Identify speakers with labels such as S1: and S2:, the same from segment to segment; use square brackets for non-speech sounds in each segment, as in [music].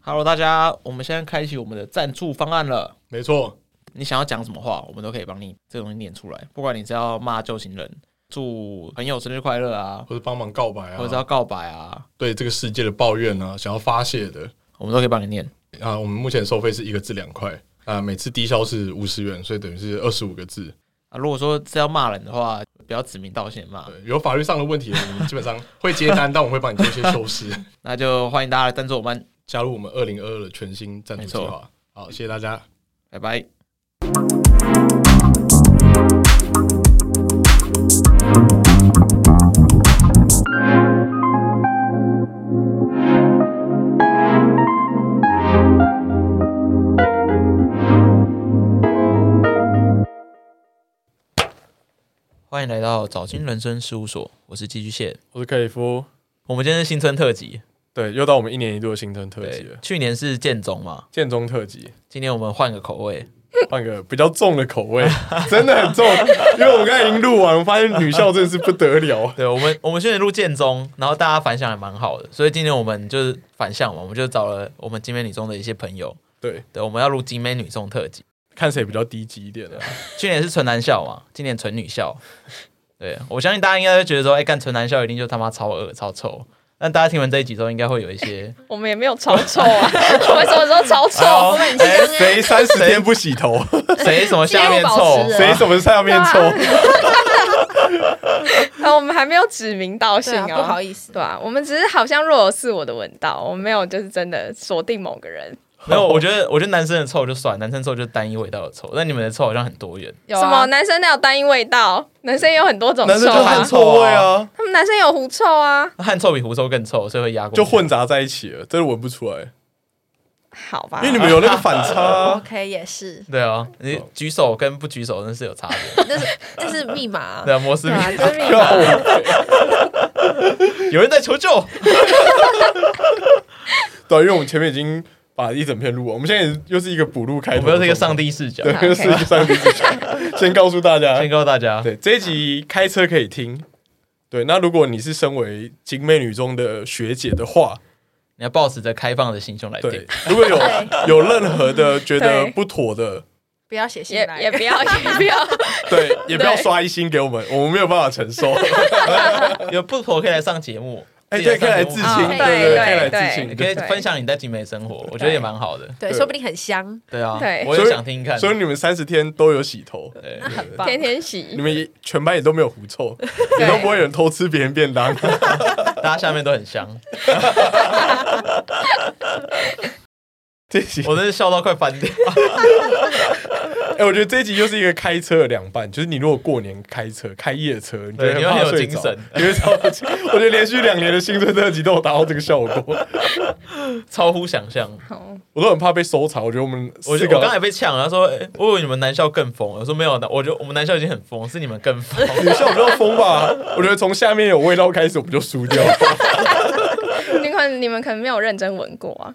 S1: Hello，大家，我们现在开启我们的赞助方案了。
S2: 没错，
S1: 你想要讲什么话，我们都可以帮你这个东西念出来。不管你是要骂旧情人、祝朋友生日快乐啊，
S2: 或者帮忙告白啊，
S1: 或者是要告白啊，
S2: 对这个世界的抱怨啊，想要发泄的
S1: 我们都可以帮你念。
S2: 啊，我们目前收费是一个字两块啊，每次低消是五十元，所以等于是二十五个字。
S1: 啊，如果说是要骂人的话，不要指名道姓骂。
S2: 对，有法律上的问题，我们基本上会接单，但我们会帮你做一些修
S1: [laughs]
S2: 饰。
S1: 那就欢迎大家来赞助我们，
S2: 加入我们二零二二的全新赞助计
S1: 没
S2: 划
S1: 错。
S2: 好，谢谢大家。
S1: 拜拜。欢迎来到早金人生事务所，我是寄居蟹。
S3: 我是克里夫，
S1: 我们今天是新春特辑，
S3: 对，又到我们一年一度的新春特辑
S1: 对
S3: 了，，
S1: 去年是建中嘛，
S3: 建中特辑，
S1: 今年我们换个口味，
S3: 换个比较重的口味， [laughs] 真的很重，因为我们刚才已经录完，我发现女校真的是不得了，
S1: 对我们，我们去年录建中，然后大家反响还蛮好的，所以今天我们就是反向嘛，我们就找了我们金美女中的一些朋友，
S3: 对，
S1: 对，我们要录金美女中特辑。
S3: 看谁比较低级一点啊，
S1: 去年是纯男校嘛，今年纯女校。对，我相信大家应该会觉得说，哎、干纯男校一定就他妈超恶超臭。但大家听完这一集之后，应该会有一
S4: [laughs]
S1: 些，
S4: 我们也没有超臭啊，我们什么时候超臭？
S1: 哦
S4: 我们已经
S1: 哎
S3: 谁三十天不洗头，
S1: 谁什么下面臭，
S5: 对啊
S3: 谁什么上面臭，
S1: 啊
S4: 呃，我们还没有指名道姓
S5: 对啊，不好
S4: 意
S5: 意思
S4: 对，啊，我们只是好像若有似我的闻到，我们没有就是真的锁定某个人。
S1: 没有，我觉得我觉得男生的臭就算，男生臭就单一味道的臭，但你们的臭好像很多元。
S5: 有
S4: 什么
S5: 啊，
S4: 男生那有单一味道，男生也有很多种
S3: 男生
S4: 臭
S3: 就汗
S4: 啊，
S3: 臭味啊，
S4: 他们男生有狐臭啊，
S1: 汗臭比狐臭更臭，所以会压过去。
S3: 就混杂在一起了，真的闻不出来，
S4: 好吧
S3: 因为？你们有那个反差
S1: [laughs]
S3: 啊，
S5: OK 也是，
S1: 对啊，你举手跟不举手那是有差别。
S5: 这是这是密码啊，
S1: 对啊，摩斯
S4: 对
S1: 密
S4: 啊，
S3: [laughs]
S4: 就是密
S3: 靠
S4: 码
S3: 北
S1: 啊
S3: [laughs]
S1: 有人在求救。
S3: 对，啊因为我们前面已经把一整片录完，我们现在也是又是一个补录开
S1: 哎我
S3: 头，
S1: 们又是一个上，帝视角， [laughs]
S3: 对，又是一个上帝视角， [laughs] 先告诉大家，
S1: 先告诉大家，
S3: 对，这一集开车可以听。对，那如果你是身为景美女中的学姐的话，
S1: 你要抱持着开放的心胸来
S3: 对
S1: 听。，[laughs]
S3: 如果有
S5: 对
S3: 有任何的觉得
S4: 对
S3: 不妥的，
S5: 不要
S6: [laughs]
S5: 写信
S4: 也
S5: 来，
S4: 也不要也不要，
S3: [laughs] 对，也不要
S4: 对
S3: 刷一星给我们，我们没有办法承 [laughs] 受。
S1: 有不妥可以来上节目，
S3: 哎，对，可以来自清，
S1: 啊
S3: 对
S5: 对
S3: 对，可以来
S4: 对
S3: 自
S1: 你
S3: 清。
S1: 可以
S3: 对
S1: 分享你在景美生活，我觉得也蛮好的。
S5: 对，
S3: 对
S5: 说不定很香，
S1: 对啊，
S4: 对
S1: 我也想听听看。
S3: 所以你们三十天都有洗头，
S1: 对
S5: 那很棒。
S4: 天天
S3: 你
S4: 洗，
S3: 们也全班也都没有狐臭，也
S4: 对
S3: 都不会有人偷吃别人
S1: [laughs]
S3: 便当。
S1: 大家下面都很
S3: [laughs]
S1: 香，
S3: 这一集，
S1: 我真是笑到快翻掉。
S3: 哎，我觉得这一集又是一个开车的两半，就是你如果过年开车开夜车，你觉
S1: 对
S3: 得
S1: 你会很
S3: 怕
S1: 有
S3: 睡
S1: 精
S3: 着 [laughs]
S1: 神，
S3: 因为超，我觉得连续两年的新春特辑都有达到这个效果，
S1: [laughs] [laughs] 超乎想象。
S4: 好
S3: 我都很怕被收藏。我觉得我们
S1: 我
S3: 四
S1: 就我刚
S3: 个
S1: 才被呛了，他说哎：“我以为你们男校更疯。”我说：“没有，我觉得我们男校已经很疯，是你们更
S3: [laughs]
S1: 疯。
S3: 女校比较疯吧，我觉得从下面有味道开始我们就输 [laughs] 掉。
S4: 你可能你们可能没有认真闻过啊，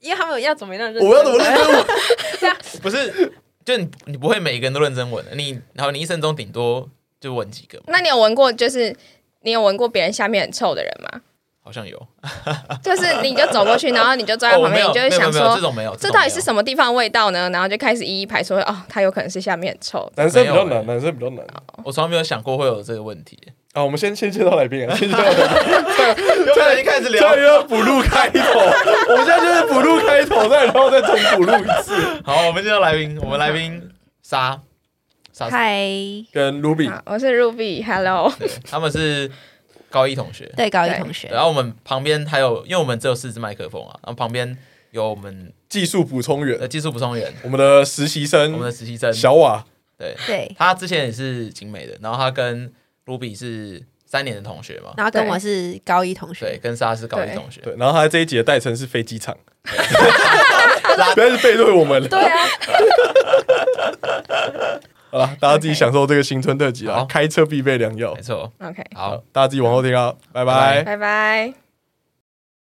S5: 因为他们要怎么样认真？
S3: 我要怎么认真闻？
S1: 不是，就你你不会每个人都认真闻的，你然后你一生中顶多就闻几个嘛，
S4: 那你有闻过就是你有闻过别人下面很臭的人吗？
S1: 好像有。
S4: 就是你就走过去，然后你就坐在
S1: 哦
S4: 啊旁
S1: 没
S4: 边，
S1: 有
S4: 你就会想
S1: 没有没有这
S4: 说，
S1: 种没有，
S4: 这到底是
S1: 么？
S4: 什么地方的味道呢？然后就开始一一排说，哦，它有可能是下面很臭。
S3: 男生比较
S1: 没有欸
S3: 难，男生比较难。
S1: 我从来没有想过会有这个问 [laughs] 题。
S3: 啊，我们先先介绍来
S1: [laughs]
S3: 宾啊，先介绍来宾。
S1: 突然一开始
S3: [laughs] 这
S1: 聊
S3: 样，又要补录开头，我们现在就是补录开头，再然后再重补录一次。
S1: 好，我们介绍来宾，我们来宾莎莎，
S5: 嗨，
S3: 跟 Ruby
S4: 啊我是 Ruby，Hello，
S1: 对他们是高一同学，
S5: 对，高一
S4: 对
S5: 同
S1: 然
S5: 学，
S1: 后我们旁边还有，因为我们只有四支麦克风啊，然后旁边有我们
S3: 技术补充
S1: 的
S3: 员，
S1: 技术补充员，
S3: 我们的实习
S1: 我们
S3: 生
S1: 的实习生，
S3: 小瓦，
S1: 对，
S5: 对，
S1: 他之前也是景美的，然后他跟 Ruby 是三年的同学嘛，
S5: 然后跟
S4: 对
S5: 我是高一同
S1: 对，
S5: 学，
S1: 跟莎是高一
S4: 对
S1: 同学，
S3: 对，然后他这一集的代称是飞机
S1: [laughs]
S3: 场，不要是背对我们了。
S5: 对 [laughs] 啊，
S3: 好了，大家自己享受这个新春特辑
S1: 好
S3: 啊，开车必备良药
S1: 没。错。
S4: [laughs] ，OK，
S6: 哎
S1: 好，
S3: 大家自己往后听啊，拜
S1: 拜
S3: 拜。
S4: 拜拜。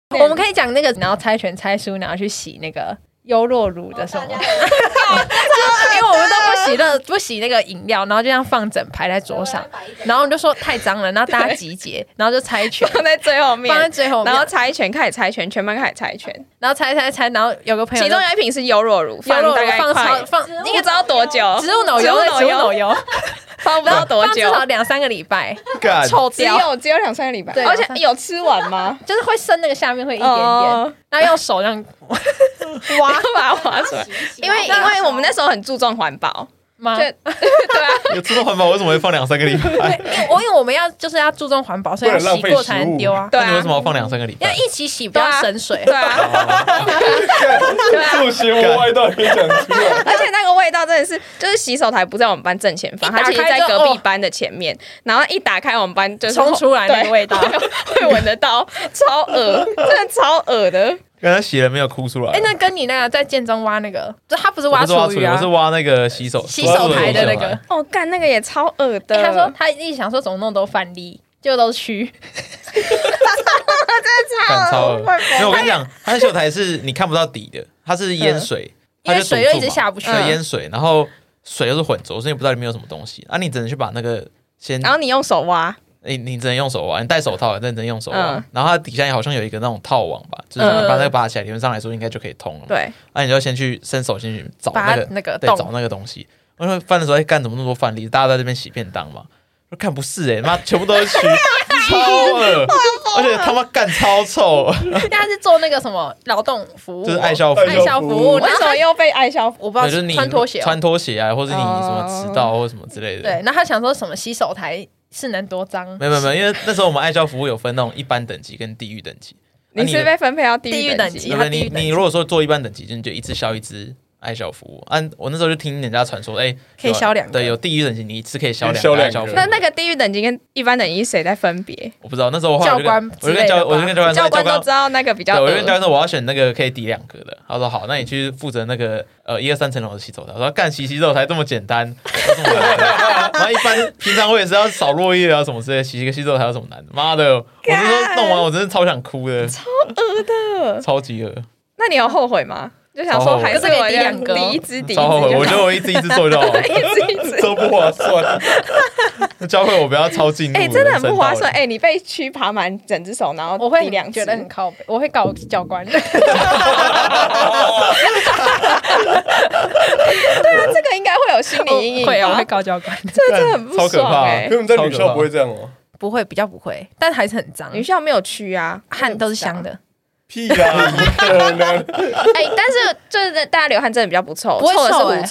S6: [laughs] 我们可以讲那个，然后猜拳猜输，然后去洗那个
S4: 优若乳的什么，
S5: 大
S6: [laughs]
S5: 家
S6: 因为我们都不洗热不洗那个饮料，然后就这样放整排在桌上，
S5: 啊
S6: 然后我们就说太脏了，然后大家集结，然后就猜拳，
S5: [laughs]
S4: 放在最后面
S6: 放，在最后面，
S4: 然
S6: 然
S4: 后
S6: 后
S4: 猜拳开始猜拳，全班开始猜拳，
S6: 然后猜猜猜，然后有个朋友
S4: 其
S6: 就
S4: 中有一瓶是优若乳，
S6: 优
S4: 放
S6: 酪乳
S4: 大概
S6: 放
S4: 快
S6: 超放
S4: 你不知道多久，
S6: 植物奶油
S4: 植
S6: 对
S4: 物奶
S6: 植物
S4: 油
S6: 奶油，
S4: 放不到多
S6: 放至
S4: 久，
S6: 少两三个礼拜，
S3: 干
S6: 臭
S4: 只
S6: 掉，
S4: 有只有两三个礼拜，
S6: 对
S4: 而
S6: 两三
S4: 且有吃完吗？
S6: 就是会伸那个下面 [laughs] 会一
S4: 一
S6: 点点，
S4: 哦
S6: 然后用手这样
S4: 挖， [laughs] 把它挖
S6: [laughs]
S4: 出来。因为因为我们那时候很注重环保，
S6: 吗？
S4: [laughs] 对啊
S1: 有自动环保为什么会放两三个礼拜？
S6: 我因为我们要就是要注重环保，所以要
S3: 不能浪
S6: 洗
S3: 费
S6: 过才
S3: 食
S6: 能
S3: 物
S6: 丢啊。
S4: 对
S1: 那 [laughs] 你为
S4: 啊
S1: 什么要放两三个礼
S6: 要
S1: 拜？
S6: 一起洗比较省水，
S4: 对啊，
S3: 这些我歪到可以讲出来，
S4: 而且那个味道真的是，就是洗手台不在我们班正前方，
S6: 一打
S4: 它
S6: 开
S4: 其
S6: 就哦
S4: 实在隔壁班的前面，然后一打开我们班就是
S6: 冲出来那个
S4: 对
S6: 味道。
S4: [laughs] 会闻得到，超恶，真的超恶的。
S1: 刚才洗了没有哭出来？
S6: 哎，那跟你那个在建中挖那个，就他不是挖
S1: 我不是挖
S6: 鱼啊，
S1: 我是挖那个洗手
S6: 洗手台的
S1: 洗
S6: 那
S1: 手
S6: 个
S1: 台。
S4: 哦，干那个也超恶的。
S6: 哎他说他一直想说怎么弄都反例，结果都是
S1: [laughs]
S6: 蛆。
S1: 干超恶
S4: 会疯
S1: 没有，我跟你讲，它的洗手台是你看不到底的，它是淹水，
S6: 因为
S1: 它就堵
S6: 嗯水就
S1: 住
S6: 一直
S1: 嘛
S6: 下不去
S1: 对，
S6: 嗯
S1: 淹水，然后水又是混浊，所以你不知道里面有什么东西，啊，你只能去把那个先，
S6: 嗯
S4: 然后你用手挖，
S1: 你你只能用手啊挖，你戴手套，但只能用手挖，
S4: 嗯
S1: 然后它底下好像有一个那种套网吧，就是
S6: 嗯
S1: 你把那个拔起来，理论上来说应该就可以通了嘛，
S4: 对，
S1: 那、你就先去伸手进去找那
S6: 把它
S1: 个
S6: 那个
S1: 对
S6: 洞
S1: 找那个东西。我说饭的时候，哎，干怎么那么多饭粒？大家都在这边洗便当嘛？我说看不是哎、妈全部都是
S6: [laughs]
S1: 蛆，超恶，而且他妈干超臭，
S6: 他是做那个什么劳动服务，
S1: 就是爱校服。啊
S6: 爱校服务，
S4: 为
S6: 然
S4: 什
S6: 后
S4: 么又被爱笑？
S6: 我不
S1: 对，
S6: 知
S1: 就是你
S6: 道穿拖鞋哦，哦
S1: 穿拖鞋啊，或者你什么迟到或什么之类的。
S6: 对，，然后他想说什么洗手台是能多脏？
S1: 没有没有没有，因为那时候我们爱校服务有分那种一般等级跟地狱等级。
S4: 你
S1: 啊
S4: 是被分配到地
S6: 地狱
S4: 狱
S6: 等
S4: 等
S6: 级
S4: 级？
S1: 对不对？
S6: 啊它地狱
S1: 你
S6: 等级
S1: 你如果说做一般等级，就你就一次消一只爱消服务。按、我那时候就听人家传说，哎、
S6: 可以
S1: 有
S6: 消两个
S1: 对，有地狱等级，你一次可以消两
S3: 消
S1: 个
S3: 两
S1: 爱消服务。
S3: 个
S4: 那那个地狱等级跟一般等级谁在分别？
S1: 我不知道，那时候我后来就
S6: 教官
S1: 跟我就
S6: 之
S1: 跟
S6: 类的
S1: 教
S6: 吧
S1: 我就跟教官说，
S4: 教
S1: 哎
S4: 官都知道那个比较
S1: 对，
S4: 恶
S1: 我就跟教官说我要选那个可以抵两格的。他说好，那你去负责那个呃一二三层楼的洗手台。我说干洗洗手台这么简单， [laughs] 有什么难的？然后一般平常我也是要扫落叶啊什么之类的，洗一个洗手台有什么难的？妈的，我那时候弄完我真的超想哭的，超恶的，超级恶。
S4: 那你有后悔吗？就想
S1: 超后
S4: 说
S1: 悔
S4: 还是
S6: 可是
S4: 我
S6: 给你两个
S4: 离职抵一
S1: 超后悔，我觉
S4: 就 [laughs]
S1: 得我一直一直做就好，
S3: 超不划算。
S1: 教会我不要超进入。
S4: 哎，真的很不
S1: 嗯
S4: 划
S1: 人生道
S4: 算。
S1: 理。
S4: 哎，你被蛆爬满整只手，然后
S6: 我会
S4: 抵两
S6: 觉得很
S4: 次
S6: 靠北，我会告教官。
S4: 对啊，这个应该会有心理阴影吧。
S6: 会啊，我会告教官。
S4: 这真的很不
S1: 超可怕
S4: 爽哎
S3: 可。是你在女校不会这样哦？
S6: 不会，比较不会，但还是很脏，
S4: 女校没有蛆 [laughs] 啊，
S6: 汗都是香的，
S3: 屁啦，怎么可能？
S4: 哎，但是就是大家流汗真的比较不臭，
S6: 不会
S4: 臭的是狐
S6: 臭哎
S4: 臭。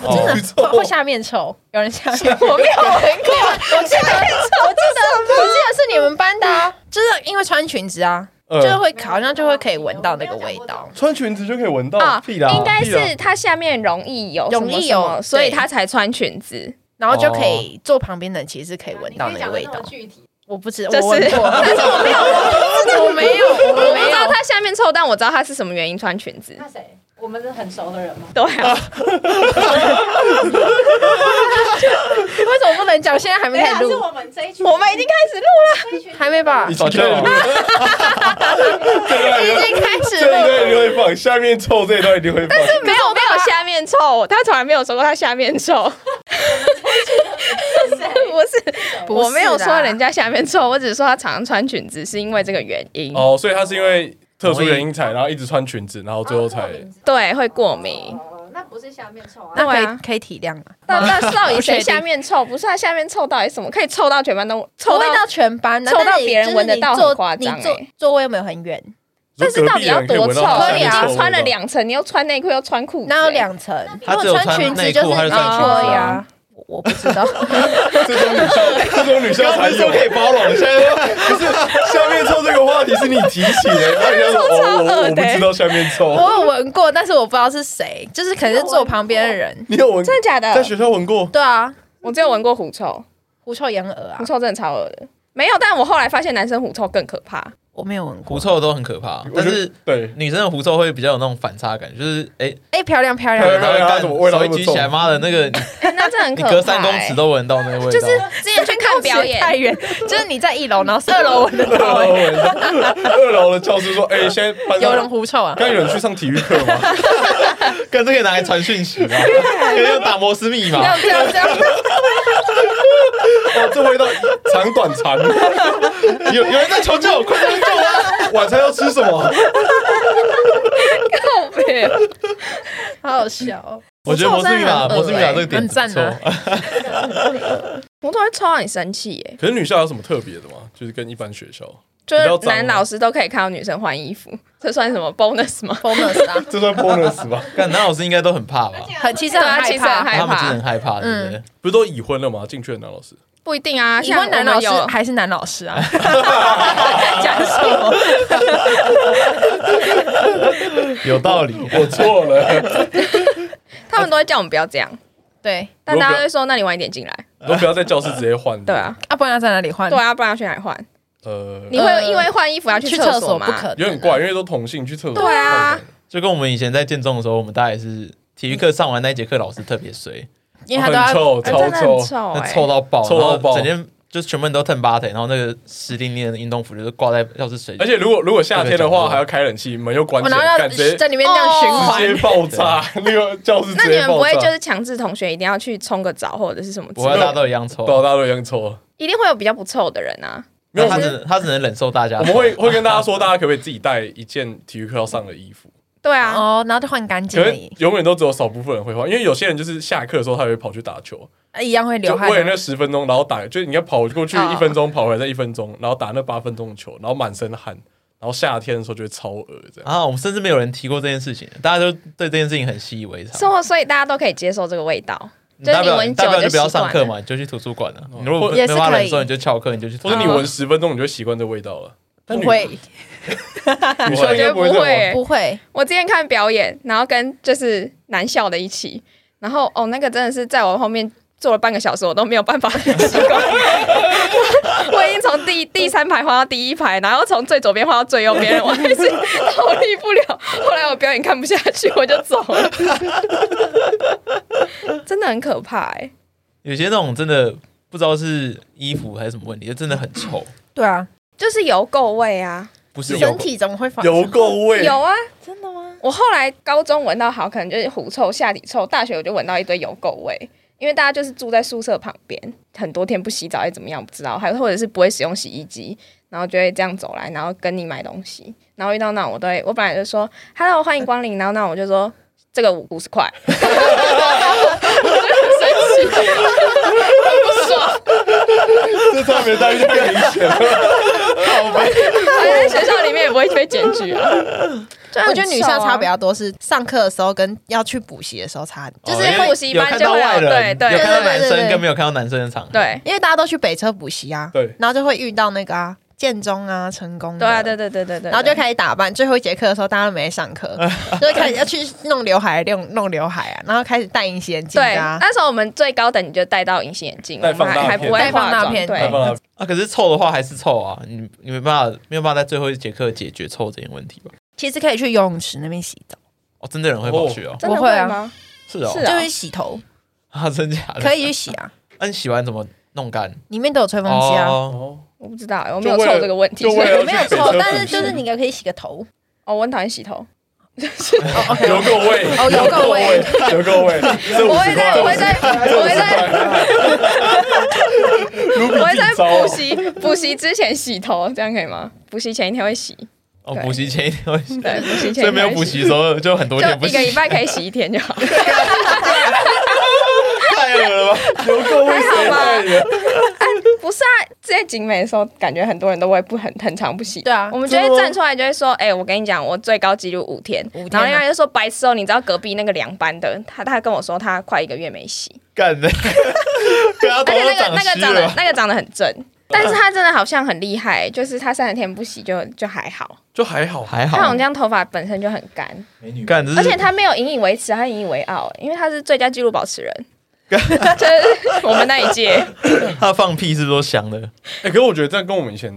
S1: 真
S6: 真
S1: 的
S6: 的
S3: 不错
S6: 会会下面臭，有人下 [laughs] 面。
S4: 我没有闻过，
S6: 我记得，我记得，我记得是你们班的啊，就是因为穿裙子啊，
S3: 嗯
S6: 就是会好像就会可以闻到那个味道。
S3: 穿裙子就可以闻到
S4: 啊
S3: 哦屁啦，
S4: 应该
S3: 屁啦
S4: 是它下面容易有
S6: 容易
S4: 什么什
S6: 有
S4: 么所以
S6: 对
S4: 它才穿裙
S6: [laughs]
S4: 子。
S6: 然后就可以坐旁边的人，其实是可以闻到那个味道。
S5: 具体，
S6: 我不知，
S4: 就是
S6: 我闻过，但 [laughs] 是我没有闻，我没有，我
S4: 我不
S6: 没
S4: 知道
S6: 有。
S4: 它下面臭，但我知道它是什么原因穿裙
S6: [laughs]
S4: 子。
S5: 那谁？我们是很熟的人吗？
S4: 对啊，
S6: 为什么不能讲？现在还没开始录，
S5: 啊们这一群
S4: 我们已经开始录
S6: 还没吧
S3: 已？经开始录了，这一段
S6: 已
S3: 一定
S6: 经开始
S3: 这一
S6: 录，
S3: 段一定会放，下面臭这一段一定会放。
S4: 了，没有没有下面臭，他从来没有说过他下面臭。不是，
S6: 不是啦
S4: 我没有说人家下面臭，我只是说他常常穿裙子是因为这个原因，
S3: 哦，所以他是因为特殊原因才，然后一直穿裙子，然 [laughs] 后最后才
S4: 对，会过敏。
S5: 哦，那不是下面臭啊
S6: 那，可
S4: 对
S6: 以
S4: 啊
S6: 可以体谅吗？
S4: 那那到底
S6: 不确
S4: 谁
S6: 定
S4: 下面臭？不是他下面臭到底什么？可以臭到全班都臭
S6: 味
S4: 到
S6: 到全班啊，
S4: 臭到
S6: 但是
S4: 别人
S6: 就是
S4: 闻得
S6: 你
S4: 到很
S6: 坐
S4: 夸张
S6: 你坐
S4: 欸
S6: 座位有没有很远？
S4: 但是到底要多臭？
S6: 可
S4: 你已
S6: 以啊
S4: 经穿了，两层，你又穿内裤又穿裤子、
S6: 哪有两层？
S1: 他只有
S6: 如果
S1: 穿
S6: 裙子
S1: 内
S6: 就
S1: 裤
S6: 是
S1: 还是穿
S4: 裙子啊
S6: 对啊，我我不知道，
S3: 这种女校， [laughs] 这种女校才有。
S1: 以包容，现在
S3: 下面臭这个话题是你提起的，然后人家说哦，我我不知道下面臭，
S6: 我有闻过，但是我不知道是谁，就是可能是坐旁边的人。
S3: 你有闻？
S4: 真的假的？
S3: 在学校闻过？
S6: 对啊，
S4: 我只有闻过狐臭，
S6: 狐臭羊耳啊
S4: 狐，臭真的超恶的。没有，但我后来发现男生狐臭更可怕。
S6: 我没有闻过
S1: 狐。臭都很可怕，
S3: 我
S1: 但
S3: 觉得
S1: 是
S3: 对，
S1: 女生的狐臭会比较有那种反差感，就是哎，
S6: 哎、漂亮漂
S3: 对
S1: 然后
S6: 亮，
S3: 对啊
S1: 干
S3: 怎么味道
S1: 手一
S3: 那么
S1: 举起来，
S3: 重
S1: 妈的那个你
S4: 哎那这很
S1: 你
S4: 可怕、
S1: 隔三公尺
S6: 欸
S4: 哎
S1: 都闻到那个味道，
S4: 就是之前去看表演，
S6: 太远，就是你在一楼，然后是二楼闻得
S3: [laughs] 二
S6: 到、
S3: 楼
S6: 哎
S3: 闻到二楼的教室说，哎，现在班上
S6: 有人狐臭啊？
S3: 刚有人去上体育课吗？
S1: 跟这个拿来传讯息嘛，
S6: 啊
S1: 跟要打摩斯密
S6: 这
S1: 码
S6: 样，这样这样，
S3: 哦，这味道长短长， [laughs]
S1: 有有人在求救，快点！
S3: 晚餐要吃什么？
S4: 靠北
S6: 好好笑、哦。
S1: 我觉得摩斯密码，
S6: 狐臭
S1: 摩斯
S6: 真的很恶欸
S1: 密码这个
S6: 很
S1: 点子不
S6: 赞
S1: 错
S6: 啊。
S4: 我都会抽到你生气耶、
S3: 可是女校有什么特别的吗？就是跟一般学校，
S4: 就是男老师都可以看到女生换衣服，这算什么 bonus 吗？
S6: bonus 啊，
S3: 这算 bonus 吧？
S1: 干男老师应该都很怕吧？
S6: 很其实很
S4: 对啊
S6: 害
S4: 其实很
S6: 怕嗯
S4: 害。
S1: 他们其实很害怕，对不对？
S3: 不是都已婚了吗？进去的男老师，
S4: [laughs] 不一定啊，
S6: 已婚
S4: 像
S6: 男老
S4: 我
S6: 师
S4: 们有
S6: 还是男老师啊？讲什
S4: [laughs]
S6: 么？
S1: 有道理。
S3: 我错了，
S4: 他们都会叫我们不要这样，
S6: 对，
S4: 但大家会说，那你晚一点进来。
S3: 都不要在教室直接换。
S4: 对，啊，
S6: 啊，不然要在哪里换？
S4: 对，啊，不然要去哪里换？
S3: 呃，
S4: 你会因为换衣服要去
S6: 去厕
S4: 所
S6: 所
S4: 吗？
S6: 不可能，
S3: 有点怪，因为都同性去厕所。哦
S4: 对啊，
S1: 就跟我们以前在建中的时候，我们大家也是体育课上完那一节课，老师特别衰，
S6: 因为他都要
S3: 很臭，
S4: 哎
S3: 超
S4: 真的很
S3: 臭。
S4: 臭
S1: 那
S6: 欸
S4: 哎、
S1: 臭到爆，
S3: 臭到
S1: 然
S3: 爆
S1: 后整天就是全部人都腾八腿，然后那个湿淋淋的运动服就是挂在教室水，
S3: 而且如果如果夏天的
S1: 特别
S3: 话，
S1: 臭
S3: 还要开冷气，门又关
S6: 我
S3: 起
S6: 然后
S3: 来，
S6: 要
S3: 感觉
S6: 在里面这样
S4: 哦
S6: 循环，
S3: 直接爆炸，那个教室
S4: 那
S3: 直
S4: 你
S3: 接
S4: 们不
S3: 爆
S4: 会就
S3: 炸。
S4: 是强制同学一定要去冲个澡或者是什么之
S1: 不会
S4: 类
S1: 大家
S4: 的？
S1: 都一样臭
S3: 对。啊，大家都一样臭。
S4: 一定会有比较不臭的人啊。
S3: 没有，
S1: 他
S3: 我
S1: 只
S3: 们
S1: 能他只能忍受大家。
S3: 我们会会跟大家说，大家可不可以自己带一件体育课要上的衣服？
S4: 对啊，
S6: 哦，然后就换干净
S3: 可
S6: 而
S3: 是
S6: 已，
S3: 永远都只有少部分人会换，因为有些人就是下课的时候他会跑去打球，
S6: 啊一样会
S3: 就
S6: 流汗
S3: 为了。那十分钟，然后打，就是你要跑过去
S4: 哦
S3: 一分钟，跑回来再一分钟，然后打那八分钟的球，然后满身汗，然后夏天的时候就会超恶这样。
S1: 啊，我们甚至没有人提过这件事情，大家都对这件事情很习以为常。
S4: 生活所以大家都可以接受这个味道。就是
S1: 大不了
S4: 你闻久
S1: 大不了
S4: 就
S1: 就不要上课
S4: 习惯
S1: 嘛，你就去图书馆了。你如果
S3: 或
S1: 没
S6: 也是
S1: 办法
S6: 可以
S1: 忍受，你就翘课，你就去图书
S3: 或者
S1: 馆。
S3: 你
S4: 哦
S3: 闻十分钟，你就会习惯这味道了。但
S6: 不
S3: 女
S6: 会
S3: 女校
S4: 我
S3: 应
S4: 觉
S3: 该
S4: 得
S3: 不
S4: 不
S3: 会这样吧
S4: 会，
S6: 不会，
S4: 我之前看表演，然后跟就是男校的一起，然后哦，那个真的是在我后面坐了半个小时，我都没有办法习惯。 [laughs] 我已经从第第三排换到第一排，然后从最左边换到最右边，我还是逃离不了。后来我表演看不下去，我就走了。 [laughs] 真的很可怕哎、
S1: 有些那种真的不知道是衣服还是什么问题，就真的很臭，
S4: 嗯
S6: 对啊，
S4: 就是油垢味啊，
S1: 不是有
S6: 身体怎么会发
S3: 油垢味，
S4: 有啊。
S6: 真的吗？
S4: 我后来高中闻到好，可能就是狐臭、下体臭；大学我就闻到一堆油垢味，因为大家就是住在宿舍旁边，很多天不洗澡也怎么样不知道，还或者是不会使用洗衣机，然后就会这样走来，然后跟你买东西，然后遇到那种我都会，我本来就说 “hello，欢迎光临”，然后那种我就说。这个五五十块，我就很生气，很不爽。
S3: 这差别待遇
S4: [laughs]
S3: 太明显了。
S4: 反正在学校里面也不会被检举啊。就很
S6: 我觉得女校
S4: 臭啊
S6: 差比较多，是上课的时候跟要去补习的时候差很多，
S4: 就是
S1: 哦因为
S4: 补习
S1: 有
S4: 班
S1: 看
S4: 就
S1: 到
S4: 会有
S1: 外人
S4: 对对
S1: 有看到男
S6: 对对对
S1: 生
S6: 对
S1: 跟没有看到男生的场合，
S4: 对
S6: 因为大家都去北车补习啊，
S3: 对
S6: 然后就会遇到那个啊建中啊成功
S4: 对
S6: 的，
S4: 啊，对对对对对，
S6: 然后就
S4: 对
S6: 开始打扮。最后一节课的时候，大家都没上
S3: [laughs]
S6: 课，就会开始要去弄刘海、弄弄刘海啊，然后开始戴隐形眼镜
S4: 对，
S6: 啊。
S4: 那时候我们最高等级就戴到隐形眼镜，
S3: 戴
S4: 我们
S3: 放大
S4: 还还
S3: 片
S4: 不会
S6: 戴
S4: 化
S6: 放大
S4: 妆，
S6: 片
S3: 来
S4: 对，
S3: 吧
S1: 啊，可是臭的话还是臭啊，你你没办法没有办法在最后一节课解决臭这件问题吧？
S6: 其实可以去游泳池那边洗澡，
S1: 哦，真的有人会跑去哦，
S4: 真的
S6: 我会啊
S4: 吗？
S1: 是哦，
S4: 是啊
S6: 就是洗头，
S1: [laughs] 啊，真假的？
S6: 可以去洗啊，
S1: 那你洗完怎么弄干？
S6: 里面都有吹风机啊。
S1: 哦，
S3: 哦，
S4: 我不知道欸，我没
S3: 就
S4: 有
S3: 为
S4: 凑
S3: 了
S4: 这个问题
S3: 就。为了
S6: 我没有
S3: 去北车 [laughs]
S6: 错，
S3: 补
S6: 但是
S3: 习
S6: 就是你也可以洗个头。
S4: [laughs] 哦，我很讨厌洗头，
S3: 油垢味，
S6: 哦油垢味，
S3: 油垢味，这
S4: 我
S3: 五
S4: 会
S3: 十
S4: 在，
S3: 块，
S4: [laughs] 我
S3: [laughs]
S4: 会在，我会在，
S3: 卢比
S4: 我会
S3: 自己
S4: 在
S3: 招
S4: 补习补习之前洗头，这样可以吗？补习前一天会洗，
S1: 哦，
S4: 对
S1: 补习前一天会洗，
S4: 对，补习前一天
S1: 所以没有
S4: 会
S1: 补习的时候就很多天不
S4: 就一
S1: 洗
S4: 个，礼拜可以洗一天就好，
S1: 太恶了
S4: [laughs]
S1: 吧？
S3: 油垢味谁
S4: 还好吧
S3: 带的？
S4: 不是啊，之前景美的时候，感觉很多人都会不很很长不洗。
S6: 对啊
S4: 我们就
S3: 真的
S4: 会
S3: 吗
S4: 站出来就会说，哎、我跟你讲，我最高纪录五天。
S6: 五
S4: 然
S6: 天啊
S4: 后另外就说白痴哦，你知道隔壁那个两班的，他他跟我说他快一个月没洗，
S1: 干的， [laughs] 对啊，
S4: 而
S1: 头
S4: 且
S1: 都
S4: 那个
S1: 长
S4: 那个
S1: 湿
S4: 长
S1: 了啊
S4: 得。那个长得很
S1: [laughs]
S4: 正，但是他真的好像很厉害，就是他三十天不洗就就还好，
S3: 就还好，
S1: 还
S4: 他好
S1: 好嗯
S4: 像这，样头发本身就很干，
S1: 干，这是
S4: 而且他没有引以为耻，他引以为傲，欸因为他是最佳纪录保
S1: [laughs]
S4: 持人。就是我们那一届，
S1: 他放屁是不是都香的？
S3: 哎、可是我觉得这样跟我们以前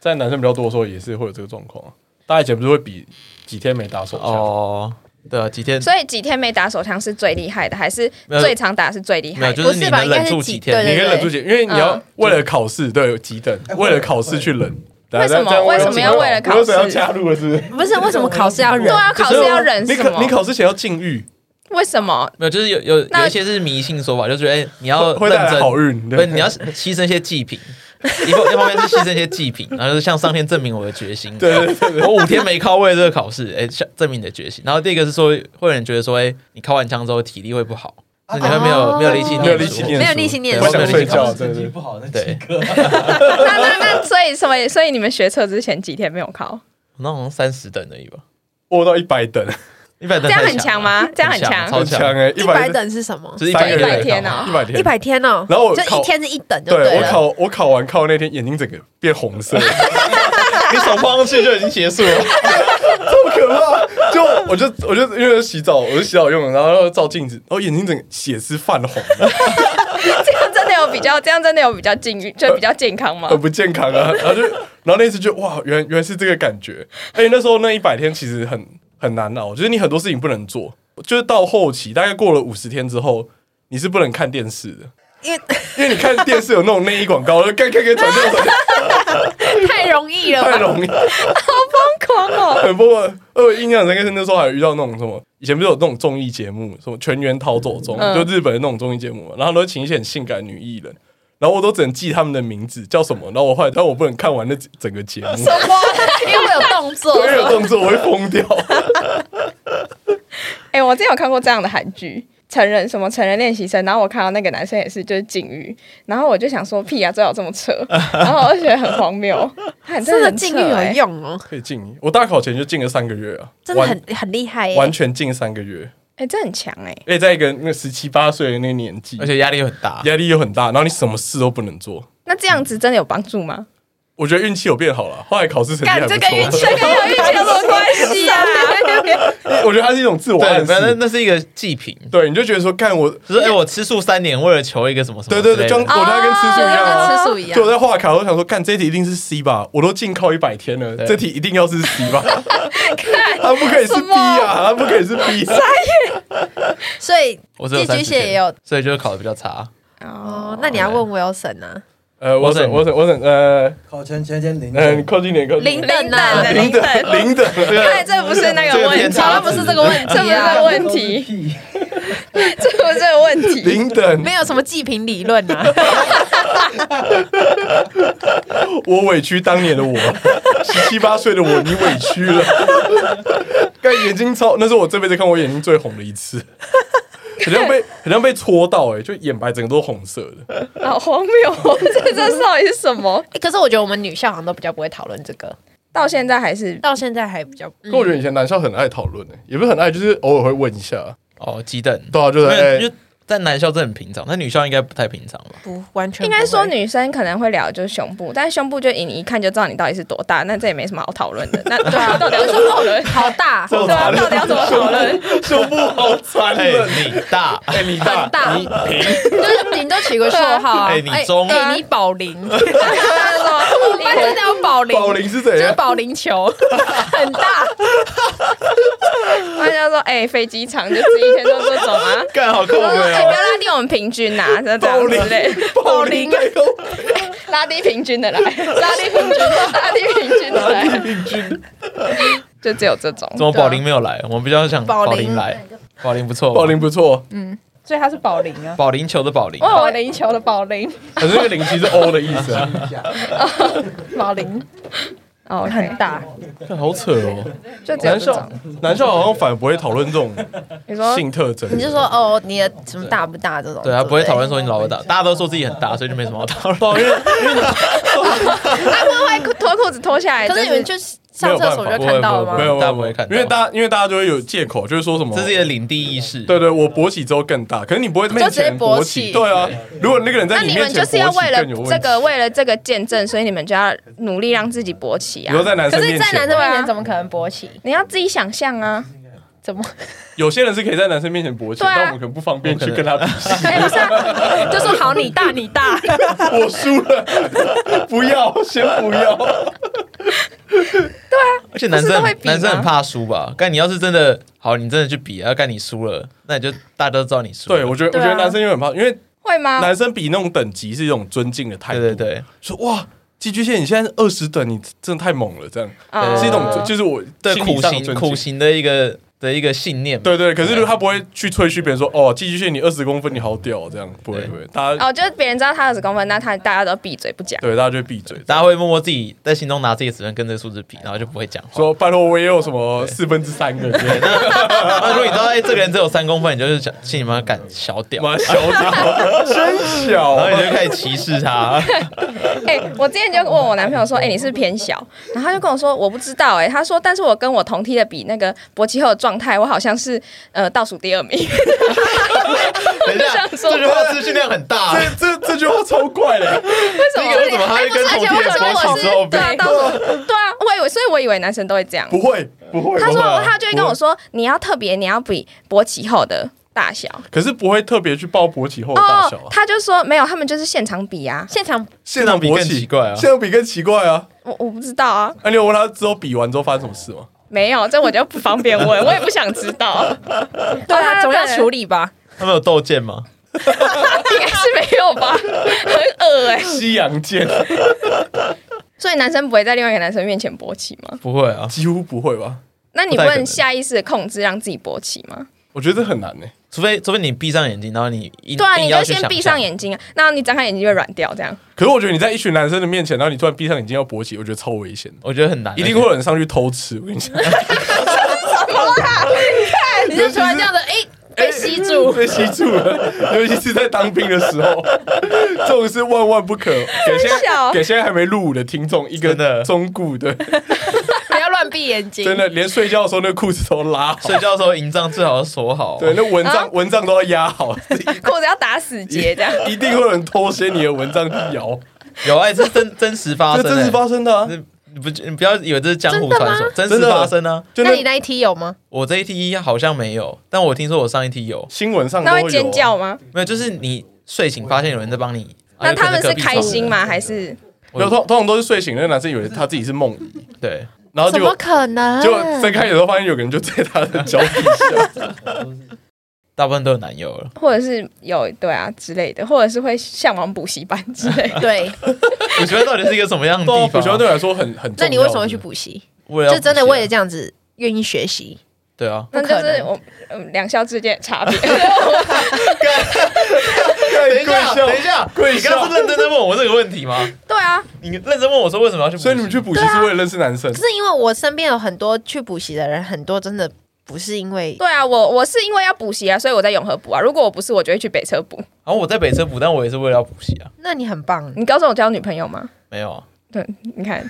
S3: 在男生比较多的时候也是会有这个状况啊。大家以前不是会比几天没打手枪？
S1: 哦，对啊，几天
S4: 所以几天没打手枪是最厉害的，还是
S1: 没有
S4: 最常打是最厉
S1: 没
S4: 害
S1: 有，就
S4: 的？
S1: 是
S6: 不
S1: 你
S6: 是吧
S1: 能忍
S6: 应该
S1: 住
S6: 是
S1: 几
S6: 几
S1: 天，
S6: 对
S3: 你可以忍住几，因为你要
S6: 嗯
S3: 为了考试，对，几等，为了考试去忍。
S4: 嗯为什么
S3: 等下
S4: 为什么要为了考
S3: 我
S4: 试
S3: 有想要加入了是不是？
S6: 不是为什么考试要忍
S4: 对？啊，考试要忍
S3: 你
S4: 什
S3: 考
S4: 么
S3: 你？考试前要禁欲，
S4: 为什么？
S1: 没有，就是有有
S4: 那
S1: 有一些是迷信说法，就觉得哎，你要
S3: 会带
S1: 认
S3: 来
S1: 真，
S3: 好运。
S1: 不是你要牺牲一些祭品。一方一方面是牺牲一些祭品，然后就是向上天证明我的决心。
S3: [laughs] 对对对对
S1: 我五天没靠为了这个考试，哎、向证明你的决心。然后第一个是说，会有人觉得说，哎、你靠完枪之后体力会不好，那你会没有、
S6: 哦
S1: 啊没有力气念书，
S3: 没有力气念
S6: 没有力气念
S3: 我
S6: 书，
S3: 想睡觉，对对
S7: 成绩
S3: 对。
S7: 不好那
S1: 对
S7: 几个，
S4: 那那那，所以什么？所以你们学测之前几天没有考？ [laughs]
S1: 那好像三十等而已吧，
S3: 握到一百等，
S1: 一百等
S4: 这样
S1: 太
S4: 很强吗这样很强
S1: 超
S3: 强
S1: 强，
S3: 哎，
S6: 一百
S3: 等，
S6: 等是什么？
S1: 就是
S3: 三
S1: 100
S3: 个月
S1: 人
S4: 一百天啊
S3: 一百天，
S6: 一百天哦，
S3: 然后我
S6: 就
S3: 考
S6: 一天是一等就
S3: 对
S6: 对
S3: 我
S6: 了。
S3: 考我考完靠那天眼睛整个变红 [laughs] 色，
S1: 你手放上去就已经结束了。
S3: 这么可怕！就我就我就因为洗澡，我就洗澡用，然后照镜子，然后眼睛整个血丝泛红，
S4: 这样真的有比较，这样真的有比较禁欲，就比较健康
S1: 呃
S4: 吗？
S3: 很不健康啊。然后就然后那次就哇，原原来是这个感觉。而且那时候那一百天其实很很难熬，就是你很多事情不能做，就是到后期大概过了五十天之后，你是不能看电视的。
S6: 因为
S3: 因为你看电视有那种内衣广告，就看看看传传传，
S6: 太容易 [laughs] 了
S3: 太
S6: 吧？
S3: 容易。
S4: 疯狂哦！
S3: 很不过，呃，我印象深刻是那时候还有遇到那种什么，以前不是有那种综艺节目，什么全员逃走中，
S4: 嗯
S3: 就日本的那种综艺节目嘛，然后都会请一些很性感女艺人，然后我都只能记他们的名字叫什么，然后我后来，但我不能看完那整个节目，
S4: [laughs]
S6: 因为我有动作
S3: 我，有动作我会疯掉。 [laughs]
S4: 哎、我之前有看过这样的韩剧，成人什么成人练习生，然后我看到那个男生也是就是禁欲，然后我就想说屁啊，最好这么
S1: [laughs]
S4: 扯，然后我就觉得很荒谬，他真
S6: 这
S4: 的
S6: 个
S4: 很扯
S6: 禁欲有
S4: 欸
S6: 用哦，
S3: 可以禁，我大考前就禁了三个月啊，
S6: 真的很很厉害
S3: 完完
S6: 耶。
S3: 全禁三个月，
S4: 哎、这很强哎、
S3: 而且在一个那十七八岁的那个年纪
S1: [laughs] 而，且压力又很大，
S3: 压力又很大，然后你什么事都不能做。
S4: 那这样子真的有帮助吗？
S3: 我觉得运气有变好了，后来考试成绩还
S4: 干
S3: 不
S4: 这
S3: 错。
S4: 跟运气跟有运气有什么关系 [laughs] 啊？
S3: 我觉得它是一种自我暗
S1: 对，反正
S3: 示。
S1: 那是一个祭品，
S3: 对，你就觉得说，干我
S1: 就是哎、我吃素三年，为了求一个什么什么
S3: 对
S1: 之类的，
S3: 对对，就我他跟吃素一样啊。
S6: 哦跟吃素一样
S3: 就我，在画卡，我想说，干这题一定是 C 吧？我都禁靠一百天了，
S1: 对
S3: 这题一定要是 C
S6: [laughs]
S3: 吧？他不可以是 B 啊，他不可以是 B。
S6: 所以
S1: 我只有
S6: 寄居
S1: 30
S6: 蟹
S1: 天
S6: 也有。
S1: 所以就考的比较差。
S6: 哦
S4: 哦，，
S6: 那你要问 Wilson 啊，
S3: 呃，我等，我等，我等，呃，
S7: 考前前天零
S3: 呃，你
S7: 点，
S3: 靠近点，靠近
S6: 零
S4: [laughs]
S3: 点，
S6: 等啊，
S4: 零
S3: 零等，零等，
S4: 看来这不是那个问
S1: 这个
S4: 题，
S1: 偏差
S6: 好像不是这个问
S4: 这不是
S6: 题
S4: 这个
S6: 啊，
S4: 问题，这不是这个问 [laughs] 题。
S3: 零等，
S6: 没有什么祭品理论啊。
S3: [laughs] 我委屈当年的我，十七八岁的我，你委屈了。干眼睛超，那是我这辈子看我眼睛最红的一次，好像被好像被戳到，哎，就眼白整个都是红色的。
S4: 好荒谬、哦！这这到底是什么？
S6: 欸可是我觉得我们女校好像都比较不会讨论这个，
S4: 到现在还是
S6: 到现在还比较。嗯
S3: 可我觉得以前男校很爱讨论，哎，也不是很爱，就是偶尔会问一下。
S1: 哦，几等？
S3: 对啊，就是哎
S1: 没有，就在男校这很平常，但女校应该不太平常吧？
S6: 不完全
S4: 应
S6: 不会
S4: 该说女生可能会聊就是胸部，但胸部就以你一看就知道你到底是多大，那这也没什么好讨论的。那 [laughs] 对啊，到底要怎么讨论？
S6: 好大，
S4: 对啊，到底要怎么讨 [laughs] 论？
S3: 胸部 [laughs] 好
S1: [laughs]
S3: 残
S1: 哎、
S3: 忍，
S1: 你大，
S3: 哎，你
S6: 很大，就是顶多取个绰号
S3: [laughs]
S6: 啊。
S1: 哎你中
S6: 哎哎你保龄，你
S4: 啊 [laughs]
S6: 真的要保龄？
S3: 保龄是啊
S6: 就
S3: 怎
S6: 是
S3: 样？
S6: 保龄球，很大。
S4: 大家说，哎、飞机场就之前都这种啊。
S1: 干好扣
S4: 哎、
S1: 分
S4: 不
S1: 哦！
S4: 要拉低我们平均呐、啊，这
S3: 暴
S4: 样
S3: 力
S4: 之类， [laughs]
S3: 保龄太高，
S4: 拉低平均的来，拉低平均，拉低平均的来，
S3: 平均
S4: [laughs] 就只有这种。
S1: 怎么宝林没有来？我们比较想
S6: 宝
S1: 宝
S6: 林
S1: 林来，宝林不错吧，
S3: 保龄不错，
S6: 所以它是保龄啊，
S1: 保龄球的保龄，
S3: 哦
S4: 哇
S6: 保龄球的保龄，
S3: 可是那个零其实是 O 的意思啊，
S6: 保龄
S4: 哦，OK，
S6: 很大。
S3: 干好扯哦。
S4: 就只有
S3: 男
S4: 这
S3: 校
S4: 种。
S3: [laughs] 男校好像反而不会讨论这种
S4: 你说
S3: 性特征，
S6: 你就说哦，你的什么大不大这种？
S1: 对他啊不会讨论说你老婆大，大家都说自己很大，所以就没什么好
S3: [laughs]
S1: 讨论。
S3: 对啊，因为因为
S4: 他会啊不会脱裤子脱下来？
S6: 可是你
S4: 就
S6: 们就上厕所就看到了
S1: 没
S3: 没
S6: 吗？
S3: 有
S1: 大家不会看到
S3: 因为大家因为大家就会有借口，就是说什么哦
S1: 这是一个领地意识，
S3: 对对，我勃起之后更大，可是你不会面
S6: 直接
S3: 前
S6: 勃
S3: 勃
S6: 起
S3: 对啊。如果那个人在
S4: 那
S3: 你
S4: 你
S3: 面
S4: 们
S3: 前
S4: 就是要
S3: 勃
S4: 为
S3: 起
S4: 了
S3: 更有问
S4: 这
S3: 题，
S4: 个，为了这个见证，所以你们就要努力让自己勃起
S3: 比
S4: 啊
S3: 如！在男
S6: 可
S3: 生
S6: 是，
S3: 面
S6: 在男
S3: 前，
S6: 生面前怎么可能勃起？
S4: 你要自己想象啊！
S6: 怎么？
S3: 有些人是可以在男生面前勃起，
S4: 对啊
S3: 但我们可能不方便去跟 [laughs] 他比。
S6: 哎，不是啊，就说好你大你大，
S3: 我输了，不要，先不要。
S1: 而且男生
S4: 不是都会比吗
S1: 男生很怕输吧？但你要是真的好，你真的去比，然后干你输了，那你就大家都知道你输了。
S3: 对，我觉得、
S6: 对
S3: 我
S6: 啊
S3: 觉得男生有点怕，因为
S4: 会吗？
S3: 男生比那种等级是一种尊敬的态度。
S1: 对对，对，
S3: 说哇，寄居蟹你现在二十等，你真的太猛了，这样、
S4: 哦
S3: 是一种尊就是我
S1: 对
S3: 心理
S1: 苦
S3: 上的
S1: 行
S3: 尊
S1: 苦
S3: 敬。
S1: 行的一个的一个信念嘛。
S3: 对对，可是他不会去吹嘘别人说哦，寄居蟹你二十公分，你好屌哦，这样不会
S1: 对
S3: 不会，大家、
S4: 哦，就是别人知道他二十公分，那他大家都闭嘴不讲。
S3: 对大家就会闭嘴，
S1: 大家会默默自己在心中拿自己的尺寸跟这个数字比，然后就不会讲话。
S3: 说拜托我也有什么四分之三个之类的，
S1: 那如果你知道哎，这个人只有三公分，你就是想心里面感小屌，
S3: 妈小屌，真小
S1: 然后
S3: 啊，
S1: 你就开始歧视
S3: [laughs]
S1: 他。
S4: 哎、我之前就问我男朋友说，哎、你是不是偏小？然后他就跟我说，我不知道、哎，他说，但是我跟我同梯的比那个勃起后的状态，我好像是呃倒数第二名。 [laughs]
S1: 等一下，
S4: 想说
S1: 这句话资讯量很大。
S3: 这这这句话超怪的，
S4: 为什么？
S1: 这
S4: 哎
S1: 个为什么他会跟同
S6: 而且
S1: 梯
S6: 为
S1: 的
S6: 什么
S1: 勃
S6: 我
S1: 起
S6: 是
S1: 之后比
S4: 对？啊，倒数对啊，我以为，所以我以为男生都会这样。
S3: 不会不会，
S4: 他
S3: 不
S4: 说
S3: 会啊
S4: 他就会跟我，说，你要特别，你要比勃起后的大小。
S3: 不会可是不会特别去报勃起后的大小
S4: 哦，
S3: 啊，
S4: 他就说没有，他们就是现场比啊。
S6: [laughs] 现场
S3: 现场勃
S1: 现场比更
S3: 起
S1: 奇怪啊
S3: [laughs] 现场比更奇怪啊。
S4: 我我不知道啊，
S3: 那、你有问他之后比完之后发生什么事吗？
S4: 没有，这我就不方便问，我也不想知道。
S6: 对
S4: 他
S6: 他总要
S4: 对
S6: 处
S4: [laughs]
S6: 理吧？
S1: 他们有斗剑吗？
S4: 应该是没有吧，很恶哎、
S3: 西洋剑
S4: 所以男生不会在另外一个男生面前勃起吗？
S1: 不会啊，
S3: [laughs] 几乎不会吧？
S4: 那你
S1: 不太可
S4: 问
S1: 能
S4: 下意识的控制让自己勃起吗？
S3: 我觉得这很难欸呢、
S1: 除非除非你闭上眼睛，然后你硬
S4: 对啊，
S1: 硬
S4: 你
S1: 要
S4: 就
S1: 去
S4: 先
S1: 想
S4: 闭上
S1: 象
S4: 眼睛啊，那你张开眼睛就会软掉，这 [laughs] 样
S3: 可是我觉得你在一群男生的面前，然后你突然闭上眼睛要勃起，我觉得超危险的。
S1: 我觉得很难，
S3: 一定会有人上去偷吃，我跟你讲，
S6: 你就突然这
S4: [laughs]
S6: 样子，哎，
S3: [laughs]
S6: 被吸住，
S3: 被吸住了。 [laughs] 尤其是在当兵的时候，这种是万万不可。给现在
S4: 笑
S3: 给现在还没入伍的听众一
S1: 真的
S3: 个忠固的，
S6: 不要乱闭眼睛。
S3: 真的连睡觉的时候那个裤子都拉好，
S1: [laughs] 睡觉的时候营帐最好要锁好。
S3: 对，，那蚊
S4: 啊
S3: 帐蚊帐都要压好， [laughs]
S4: 裤子要打死结
S1: [laughs]
S4: 这样。
S3: 一定会有人偷些你的蚊帐去摇，
S1: 有哎，这真真实发
S3: 这
S1: 生，
S3: 真实发生的啊。
S1: 生。你不你不要以为这是江湖
S6: 真的吗
S1: 传说，真
S3: 真
S1: 实
S3: 的
S1: 发生啊！
S3: 就
S6: 那你
S3: 那
S6: 那一梯有吗？
S1: 我这一梯好像没有，但我听说我上一梯有，
S3: 新闻上都
S4: 那
S3: 会有
S4: 会
S3: 啊
S4: 尖叫吗？
S1: 没有？就是你睡醒发现有人在帮你，啊
S4: 那他们是开心？
S1: 有可能隔壁
S4: 吗？还是
S3: 没有，通通常都是睡醒，那个男生以为他自己是梦遗，
S1: 床的对，
S3: 然后结
S6: 怎么
S3: 果
S6: 可能？
S3: 结果睁开眼的时候发现有个人就在他的脚 [laughs] 底下，
S1: 大部分都有男友了。
S4: 或者是有对啊之类的，或者是会向往补习班之
S1: [laughs]
S4: 类的？
S6: 对，
S1: 补习班到底是一个什么样的
S3: 对
S1: 地
S3: 啊，补
S1: 方？
S3: 习班对我来说很很重要。
S6: 那你为什么会去？补习？
S1: 为了要
S6: 就真的
S1: 补习啊
S6: 为了这样子愿意学习？
S1: 对啊，
S4: 那
S6: 不
S4: 就
S6: 可能
S4: 是我嗯两校之间的差别。 [laughs]
S1: 等一
S3: 跪
S1: 下，
S3: 下，
S1: 等一下，
S3: 跪
S1: 你刚刚是
S3: 下。
S1: 认真在问我这个问题吗？
S4: 对啊，
S1: 你认真问我说为什么要去补习？
S3: 所以你们去补习是为了认识男生
S6: 可，是因为我身边有很多去补习的人，很多真的不是因为
S4: 对啊，我我是因为要补习啊，所以我在永和补啊。如果我不是，我就会去北车补。
S1: 然后我在北车补，但我也是为了要补习啊，
S6: 那你很棒，
S4: 你高中有交女朋友吗？
S1: 没有啊，
S4: 对，你看，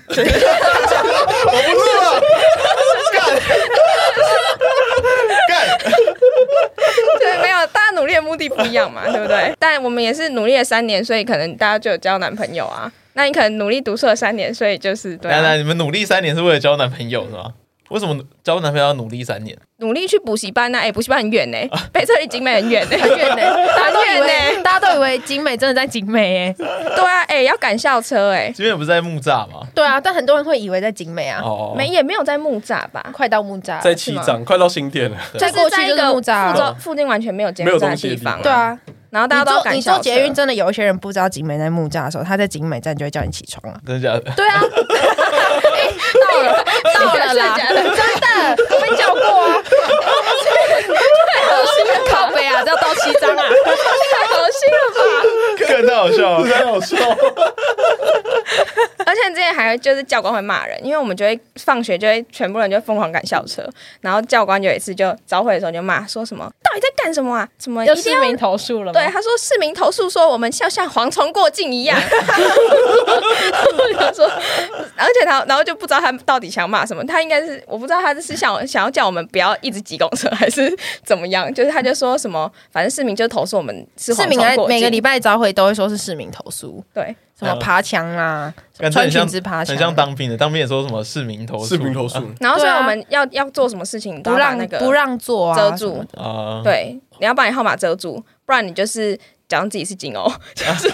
S1: 干，
S4: [laughs] 对，没有，大家努力的目的不一样嘛，对不对？但我们也是努力了三年，所以可能大家就有交男朋友啊。那你可能努力读书了三年，所以就是对、
S1: 来来，
S4: 啊，
S1: 你们努力三年是为了交男朋友是吗？为什么交男朋友要努力三年？
S4: 努力去补习班那、啊，哎、补习班很远呢、北车离景美很远呢、
S6: 很远呢、大家都以
S4: 很远
S6: 为大家都以为景美真的在景美哎、
S4: 对啊，哎、要赶校车哎、
S1: 这边不是在木栅吗？
S6: 对啊，但很多人会以为在景美啊，
S1: 哦，
S4: 没也没有在木栅吧？
S6: 快到木栅了，
S3: 在七
S4: 是
S3: 张，快到新店了。
S6: 再过去就是木
S4: 附
S6: 栅了。
S4: 中啊哦附近完全没有捷运
S3: 没有
S4: 站的
S3: 东西
S4: 地
S3: 的地
S4: 方，
S3: 方
S6: 对，啊，
S4: 然后大
S6: 你
S4: 家都要
S6: 坐
S4: 赶
S6: 你
S4: 校
S6: 坐
S4: 车。
S6: 捷运，
S4: [laughs]
S6: 真的有一些人不知道景美在木栅的时候，他在景美站就会叫你起床了。
S1: 真的假的？
S6: 对啊，
S4: 哎到了，到了啦，
S6: 真的
S4: 真的，我被叫过啊，
S6: 靠背啊，这要到七 [laughs] 张啊，
S4: 太恶心了吧。
S1: 更太好
S3: [laughs]
S1: 笑啊了，
S3: 太好笑，
S4: [laughs] 而且之前还就是教官会骂人，因为我们就会放学就会全部人就疯狂赶校车，然后教官有一次就早会的时候就骂说什么到底在干什么啊？什么一定要
S6: 投诉了
S4: 对，他说市民投诉说我们像像蝗虫过境一样， [laughs] 他说，而且他然后就不知道他到底想骂什么，他应该是我不知道他是想想要叫我们不要一直挤公车还是怎么样，就是他就说什么反正市民就投诉我们是
S6: 市民
S4: 还
S6: 还每个礼
S4: 拜
S6: 拜早会都会说是市民投诉，
S4: 对。
S6: 什么爬墙啊，
S1: 感觉
S6: 穿
S1: 很像
S6: 裙子爬墙，啊
S1: 很像当兵的，当兵也说什么市民投诉，啊
S3: 视频投诉，
S4: 然后所以
S6: 对啊
S4: 我们要、要做什么事情，都
S6: 不
S4: 要把
S6: 让
S4: 那个
S6: 不让坐啊，
S4: 遮
S6: 什么
S4: 住
S6: 的，
S1: 啊，，
S4: 对，哦 [laughs]
S6: [laughs]
S4: 你要把你号码遮住，不然你就是假装自己是金欧，你只要进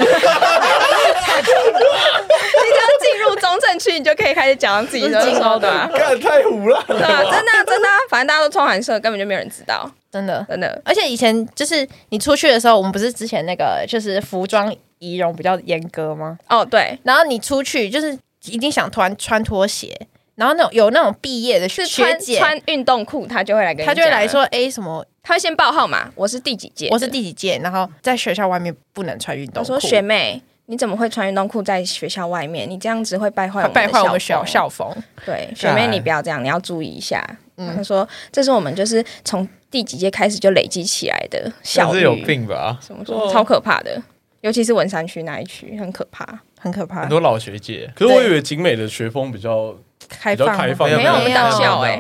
S4: 入中正区，你就可以开始讲自己的
S6: 都是进欧的啊
S3: 干太胡了。
S4: 对啊，真的啊真的啊，反正大家都穿寒舍，根本就没有人知道，
S6: 真的。
S4: 真的。
S6: 而且以前就是你出去的时候，我们不是之前那个就是服装仪容比较严格吗？
S4: 哦，对，
S6: 然后你出去就是一定想突然穿拖鞋，然后那种有那种毕业的
S4: 是
S6: 学
S4: 穿
S6: 姐，
S4: 穿运动裤，他就会来跟你
S6: 她就会
S4: 讲
S6: 来
S4: 了，
S6: 说：“哎、什么？
S4: 他会先报号码，我是第几届，
S6: 我是。第几届？然后在学校外面不能穿运动
S4: 我说
S6: 裤。”
S4: 学妹，你怎么会穿运动裤在学校外面？你这样子会败坏
S6: 她败坏我们
S4: 学
S6: 校校风，
S4: 对，学妹
S1: 干
S4: 你不要这样，你要注意一下。
S1: 嗯
S4: 他说这是我们就是从第几届开始就累积起来的
S1: 但
S4: 效
S1: 是
S4: 率，
S1: 有病吧？
S4: 什么什么超可怕的，尤其是文山区那一区很可怕。
S6: 很可怕
S1: 很。多老学姐，
S3: 可是我以为景美的学风比较
S6: 开
S3: 比较
S6: 放
S3: 开放
S6: 吗
S4: 没有我们大
S1: 没有
S4: 校哎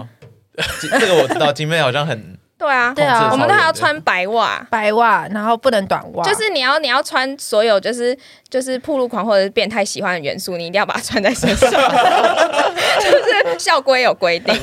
S1: 没有这个我知道，金妹好像很
S4: 对啊，
S6: 对啊
S4: 我们都还要穿白袜。
S6: 白袜，然后不能短袜，
S4: 就是你要你要穿所有就是就是铺路狂或者是变态喜欢的元素，你一定要把它穿在身
S6: [laughs]
S4: 上，就是校规有规定，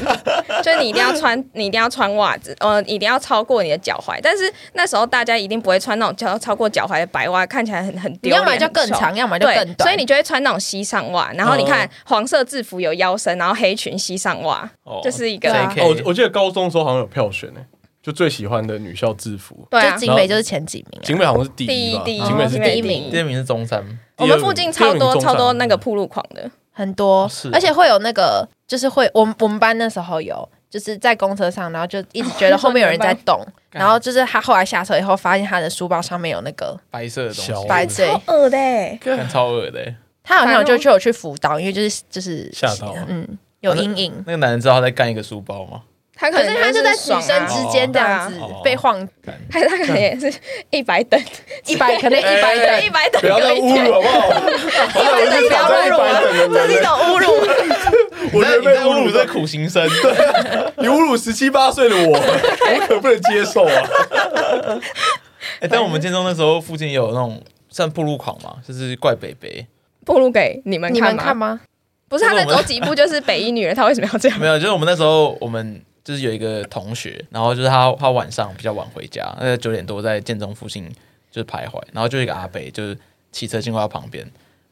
S4: 就是你一定要穿你一定要穿袜子，呃，一定要超过你的脚踝。但是那时候大家一定不会穿那种超超过脚踝的白袜，看起来很很
S6: 你
S4: 丢脸，
S6: 要么就更
S4: 很丑
S6: 长，要么就
S4: 对
S6: 更，短。
S4: 所以你就会穿那种膝上袜，然后你看
S3: 哦
S4: 黄色制服有腰身，然后黑裙膝上袜，
S1: 哦
S4: 就是一个
S6: 对啊
S1: JK
S3: 哦，我我记得高中的时候好像有票选诶，就最喜欢的女校制服，
S4: 对啊
S6: 就，景美就是前几名啊、
S3: 景美好像是第
S4: 第
S3: 一
S4: 一
S3: 吧，
S4: 第一
S3: 景美是
S6: 哦第一
S3: 一
S6: 名
S1: 第二名是中山，
S4: 我们附近超多超多那个
S3: 铺，
S4: 铺路狂的，
S6: 很多
S1: 是，
S6: 而且会有那个，就是会我们我们班那时候有，就是在公车上，然后就一直 [laughs] 觉得后面有人在动，
S1: 班
S6: 然后就是他后来下车以后，发现他的书包上面有那个
S1: 白色的东
S3: 小
S1: 西，
S6: 白嘴，
S4: 好恶的欸，
S1: 看超恶的欸。
S6: 他好像有就去有去辅导，因为就是就是
S3: 吓到
S6: [laughs]
S3: 了
S6: 嗯，有阴影。
S1: 那个男人知道他在干一个书包吗？
S4: 他
S6: 可
S4: 可
S6: 是
S4: 能
S6: 他就在
S4: 爽
S6: 女
S4: 啊
S6: 生之间啊这样子
S1: 哦哦
S6: 被晃
S4: 还是他可能也是一百等，
S6: 一百，可能一
S4: 等
S6: 百等，
S4: 哎一百等
S3: 不要再
S4: 有一
S3: 侮辱
S4: 天，
S3: 好不好？好像有人打在一百
S4: 啊
S3: 等的
S6: 这是一
S3: 人
S6: 种
S3: [laughs]
S6: 侮辱。
S3: 我觉得
S1: 你
S3: 被
S1: 在侮
S3: 侮
S1: 辱
S3: 辱
S1: 这
S3: 在
S1: 苦行僧，
S3: 你侮辱十七八岁的
S6: [laughs]
S3: 我，我可不能接受啊！
S1: [laughs] 哎，但我们建中那时候附近也有那种算铺路狂嘛，就是怪北北，
S4: 暴露给你们
S6: 你们看
S4: 吗？
S6: 吗？
S4: 不是他在走几步就是北一女了，他为什么要 [laughs] 这样？
S1: 没有，就是我们那时候我们。就是有一个同学，然后就是他，他晚上比较晚回家，那九点多在建中附近就是徘徊，然后就有一个阿北就是骑车经过他旁边，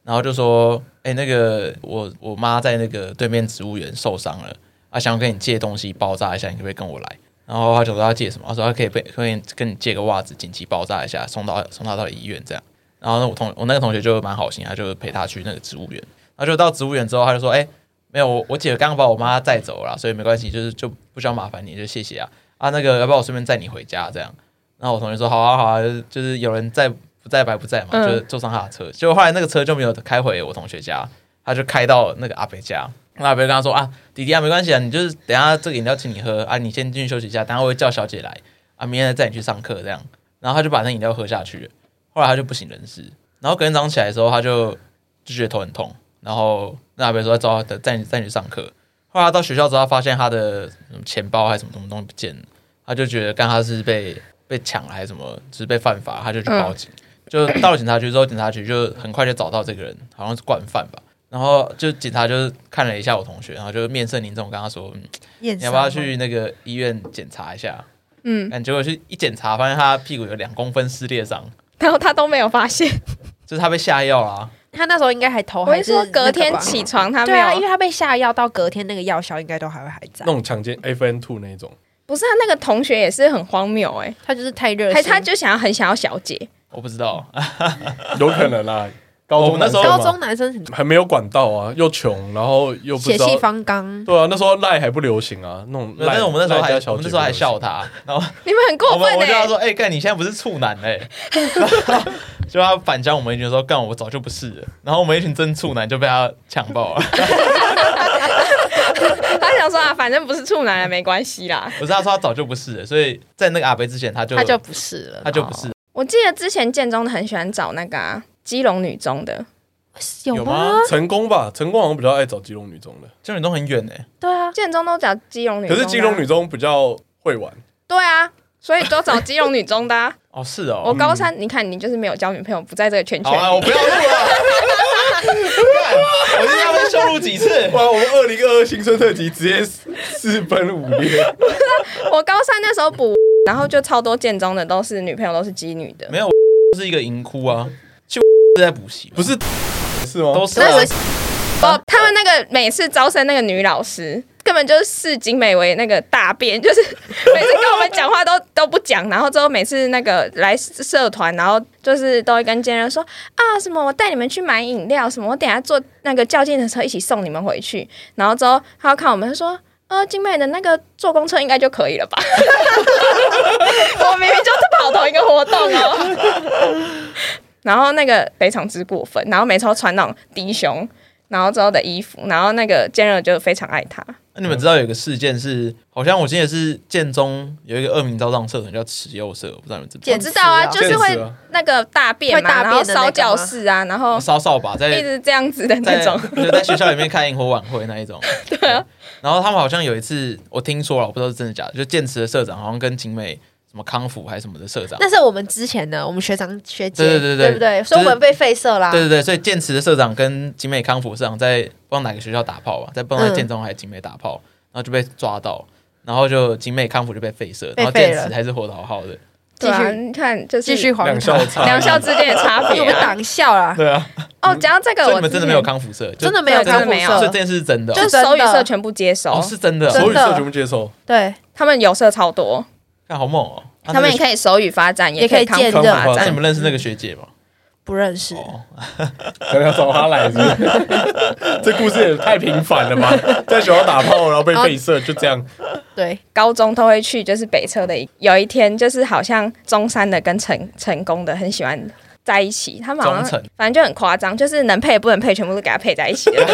S1: 然后就说：“哎、那个我我妈在那个对面植物园受伤了，啊，想要跟你借东西爆炸一下，你可不可以跟我来？”然后他就说他借什么，他说他可以被可以跟你借个袜子，紧急爆炸一下，送到送他到医院这样。然后呢，我同我那个同学就蛮好心，他就陪他去那个植物园。然后就到植物园之后，他就说：“哎、没有，我我姐刚刚把我妈带走了啦，所以没关系，就是就不需要麻烦你，就谢谢啊啊，那个要不要我顺便载你回家这样？”然后我同学说：“好啊好啊，就是就是有人在不在白不在嘛，
S4: 嗯
S1: 就是坐上他的车。结果后来那个车就没有开回我同学家，他就开到那个阿北家。那阿北跟他说：“啊，弟弟啊，没关系啊，你就是等一下这个饮料请你喝啊，你先进去休息一下，等一下我会叫小姐来啊，明天再载你去上课这样。”然后他就把那饮料喝下去了，后来他就不省人事。然后隔天早上起来的时候，他就就觉得头很痛，然后那阿北说要找他带你带你去上课。后来他到学校之后，他发现他的嗯钱包还是什么什么东西不见了，他就觉得刚他是被被抢了还是什么，就是被犯法，他就去报警。就到了警察局之后，警察局就很快就找到这个人，好像是惯犯吧。然后就警察就是看了一下我同学，然后就面色凝重跟他说：“嗯，
S6: 你
S1: 你要不要去那个医院检查一下？”
S4: 嗯，
S1: 但结果去一检查，发现他屁股有两公分撕裂伤，
S4: 然后他都没有发现。
S1: 就是他被下药啊啦、
S6: 他那时候应该还头
S4: 我
S6: 还
S4: 是
S6: 是
S4: 说
S6: 那
S4: 隔
S6: 个
S4: 天
S6: 吧
S4: 起床他没
S6: 对啊，因为
S4: 有，
S6: 他被下药到隔天那个药效应该都还会还在
S3: [laughs] 那。种强奸 FN two 那一种，
S4: 不是啊，那个同学也是很荒谬哎，
S6: 他就是太热心，
S4: 还他就想要很想要小姐，
S1: 我不知
S3: [laughs]
S1: 道，
S3: 有可能啦。高中
S1: 那时候
S6: 高
S3: 男生嘛
S6: 中男生很
S3: 还没有管道啊，又穷，然后又不
S6: 血
S3: 知道
S6: 气。方刚，
S3: 对啊，那时候赖还不流行啊，那种赖。
S1: 但是我们那时候还
S3: 赖家小
S1: 我
S3: 姐
S1: 们那时候还笑他，然后 [laughs]
S4: 你们很
S1: 我们
S4: 过分
S1: 我就跟他
S4: 哎
S1: 说：“。哎、干，你现在不是处男嘞、 [laughs] 就他反将我们一群说：“干，我早就不是了。”然后我们一群真处男就被他抢 [laughs] 爆了。
S4: 他想说啊，反正不是处男了，没关系啦。
S1: 不是，他说他早就不是了，所以在那个阿北之前，他就
S6: 他就不是了，
S1: 他就不是
S6: 哦
S1: 了。
S4: 我记得之前建中的很喜欢找那个、啊、基隆女中的，
S6: 啊有
S1: 有
S6: 吗？
S1: 吗？
S3: 成功吧，成功好像比较爱找基隆女中的，
S1: 这种人都很远哎、
S6: 对啊，
S4: 建中都找基隆女
S3: 可
S4: 中的啊、
S3: 是基隆女中比较会玩，
S4: 对啊，所以都找基隆女中的、啊。
S1: 哦，是哦。
S4: 我高三，你看你就是没有交女朋友，不在这个圈圈
S1: 好啊，我
S4: 里。
S1: 不要录了。 [laughs] 干我今天要被羞辱几 [laughs] 次？
S3: 哇，我们二零二二新春特辑直接四四分五裂，
S4: 我高三那时候补，然后就超多建中的都是女朋友都是基女的
S1: [laughs] 没有，是一个淫窟啊，就是在补习。
S3: 不是 [laughs] 是吗？
S1: 都是啊
S4: 那是哦，他们那个每次招生那个女老师，根本就是视景美为那个大便，就是每次跟我们讲话都 [laughs] 都不讲，然后之后每次那个来社团，然后就是都会跟健人说啊什么，我带你们去买饮料什么，我等一下坐那个较劲的车一起送你们回去，然后之后他要看我们他说。呃，景美的那个坐公车应该就可以了吧？我明明就是跑同一个活动哦。然后那个非常之过分，然后每次都穿那种低胸，然后之后的衣服，然后那个坚热就非常爱他。
S1: 那你们知道有一个事件是，好像我记得是建中有一个恶名昭彰社团叫慈幼社，我不知道你们知不知
S6: 健
S4: 我知道啊，
S6: 健
S4: 就
S3: 死啊
S4: 是会那个大便嘛，
S6: 会大便
S4: 然后
S6: 的那个
S4: 烧教室啊，然后
S1: 道，烧扫把
S4: 一
S1: 在
S4: 直这样子的那
S1: 在
S4: 种。
S1: 就在学校里面开萤火晚会那一种。对啊，然后他们好像有一次我听说了，我不知道是真的假的，就建池的社长好像跟景美什么康复还是什么的社长，
S7: 那是我们之前的，我们学长学姐，
S1: 对对对对
S7: 对不对？所以我们被废社啦。
S1: 对对对，所以建池的社长跟景美康复社长在不知道哪个学校打炮吧，在不知道在建中还是景美打炮，然后就被抓到，然后就景美康复就被废社，然后建池还是活得好好的。
S4: 对啊，
S7: 继续
S4: 你看就是
S7: 继续黄
S3: 两
S7: 堂
S3: 校，差，
S4: 两校之间的差
S7: 我
S4: 别
S7: 们
S4: 啊、
S7: 党校啦，
S3: 对啊，
S4: [laughs] 哦，讲到这个，
S1: 所以
S4: 我
S1: 你们真的
S4: 之前
S1: 没有，康复社，就
S7: 真的没有
S4: 真的
S7: 看护
S4: 没有
S1: 所以
S7: 社
S1: 这，件事是啊真的哦、
S4: 就是
S7: 真的
S4: 手语社全部接手，
S1: 哦是真的、
S7: 真
S1: 哦
S7: 的，
S3: 手语社全部接受，
S7: 对，
S4: 他们有社超多，
S1: 看好猛哦、啊
S4: 他们也
S1: 那个
S4: 可以手语发展，
S7: 也可以
S4: 以啊康复
S7: 见
S3: 证
S4: 发
S1: 啊那你
S4: 展。
S1: 们认识那个学姐吗？
S7: 不认识。
S1: 哦，
S3: 可能要找他来是不是， [laughs] 这故事也太平凡了吧？在学校打炮，然后被被射，就这样，
S7: 对，
S4: 高中都会去，就是北车的一。有一天，就是好像中山的跟成成功的很喜欢在一起，他们好
S1: 忠
S4: 像
S1: 诚
S4: 反正就很夸张，就是能配不能配，全部都给他配在一起了。就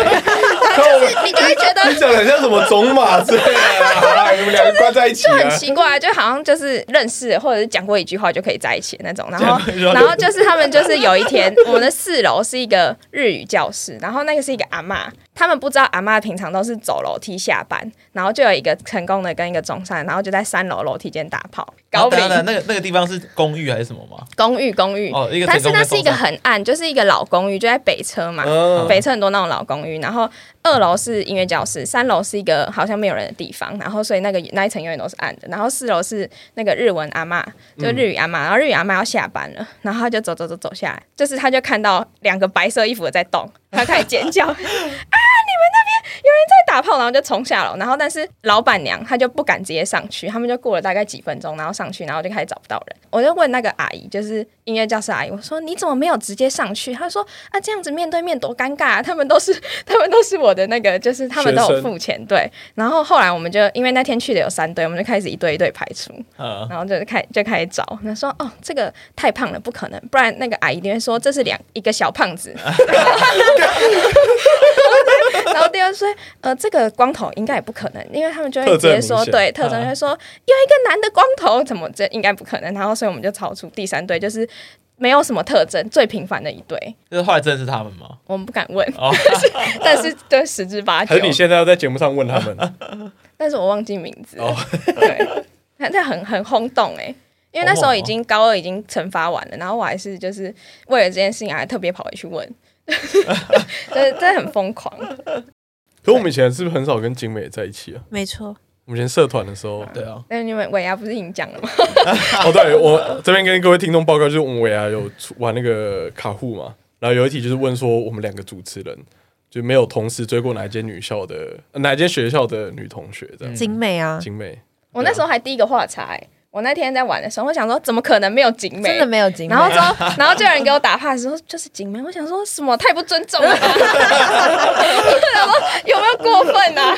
S4: 是你就会觉
S3: 你
S4: 得
S3: 讲的很像什么种马之类的啊，好啦你们两个关在一起
S4: 就很
S3: 啊，
S4: 奇怪，就好像就是认识或者是讲过一句话就可以在一起的那种。然后
S1: [laughs] 讲过一句话，
S4: 然后就是他们就是有一天，我们的四楼是一个日语教室，然后那个是一个阿嬷，他们不知道阿嬷平常都是走楼梯下班，然后就有一个成功的跟一个中山，然后就在三楼楼梯间打炮，
S1: 然
S4: 搞
S1: 后
S4: 不
S1: 等一下等一下
S4: 定
S1: 那个那个地方是公寓还是什么吗？
S4: 公寓公寓。
S1: 哦，一个
S4: 但是
S1: 成功
S4: 那
S1: 的
S4: 是一个
S1: 中山
S4: 很暗，就是一个老公寓，就在北车嘛。
S3: 嗯
S4: 北侧很多那种老公寓，然后二楼是音乐教室，三楼是一个好像没有人的地方，然后所以那个那一层永远都是暗的，然后四楼是那个日文阿嬷，就日语阿嬷，然后日语阿嬷要下班了，然后他就走走走走下来，就是他就看到两个白色衣服的在动，他开始尖叫啊，你们那边有人在打炮，然后就冲下楼，然后但是老板娘她就不敢直接上去，他们就过了大概几分钟，然后上去，然后就开始找不到人，我就问那个阿姨，就是音乐教室阿姨，我说你怎么没有直接上去？她说啊，这样子面对面多尴尬、啊！他们都是他们都是我的那个，就是他们都
S3: 学
S4: 有
S3: 生
S4: 付钱对。然后后来我们就因为那天去的有三队，我们就开始一队一队排除，
S1: 嗯，
S4: 然后就开就开始找。他说哦，这个太胖了，不可能，不然那个阿姨一定会说这是两一个小胖子。 [laughs] 然后第二说，呃，这个光头应该也不可能，因为他们就会
S3: 特
S4: 直
S3: 征
S4: 接说，
S3: 明显嗯
S4: 对，特征就会说、有一个男的光头，怎么这应该不可能。然后所以我们就超出第三队，就是没有什么特征，最平凡的一队，
S1: 就是后来真的是他们吗？
S4: 我们不敢问， [laughs]
S1: 哦，
S4: 但是对十之八
S3: [laughs] 还
S4: 九
S3: 是。你现在要在节目上问他们？
S4: 但是我忘记名字了。
S3: 哦
S4: 对，那那很很轰动哎、因为那时候已经高二已经惩罚完了，然后我还是就是为了这件事情还特别跑回去问， [laughs] 就是真的很疯狂。
S3: 可我们以前是不是很少跟景美在一起啊？
S7: 没错，
S3: 我们以前社团的时候，
S1: 对啊，
S4: 那你们尾牙不是已经讲了吗？
S3: 哦，对我这边跟各位听众报告，就是我们尾牙有出玩那个卡户嘛，然后有一题就是问说我们两个主持人就没有同时追过哪一间女校的、呃哪一间学校的女同学这样。
S7: 景美啊，
S3: 景美，
S4: 我那时候还第一个话茬哎、我那天在玩的时候，我想说怎么可能没有景美？
S7: 真的没有景美。
S4: 然后之后，然后就有人给我打 pass 说就是景美，我想说什么太不尊重了吧， [laughs] 我想说有没有过分啊？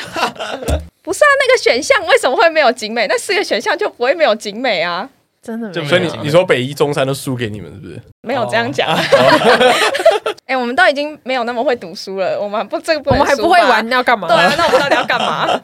S4: 不是啊，那个选项为什么会没有景美？那四个选项就不会没有景美啊？
S7: 真的没
S1: 就
S7: 有，
S3: 所以
S1: 景
S3: 你
S1: 美
S3: 你说北一中山都输给你们是不是？ [laughs]
S4: 没有这样讲。哎、 [laughs] 哎我们都已经没有那么会读书了，我们不这个不
S6: 我
S4: 能
S6: 们还不
S4: 输
S6: 会
S4: 吧
S6: 玩，。那要干
S4: [laughs]
S6: 嘛
S4: 对？啊，那我们到底要干 [laughs] 嘛？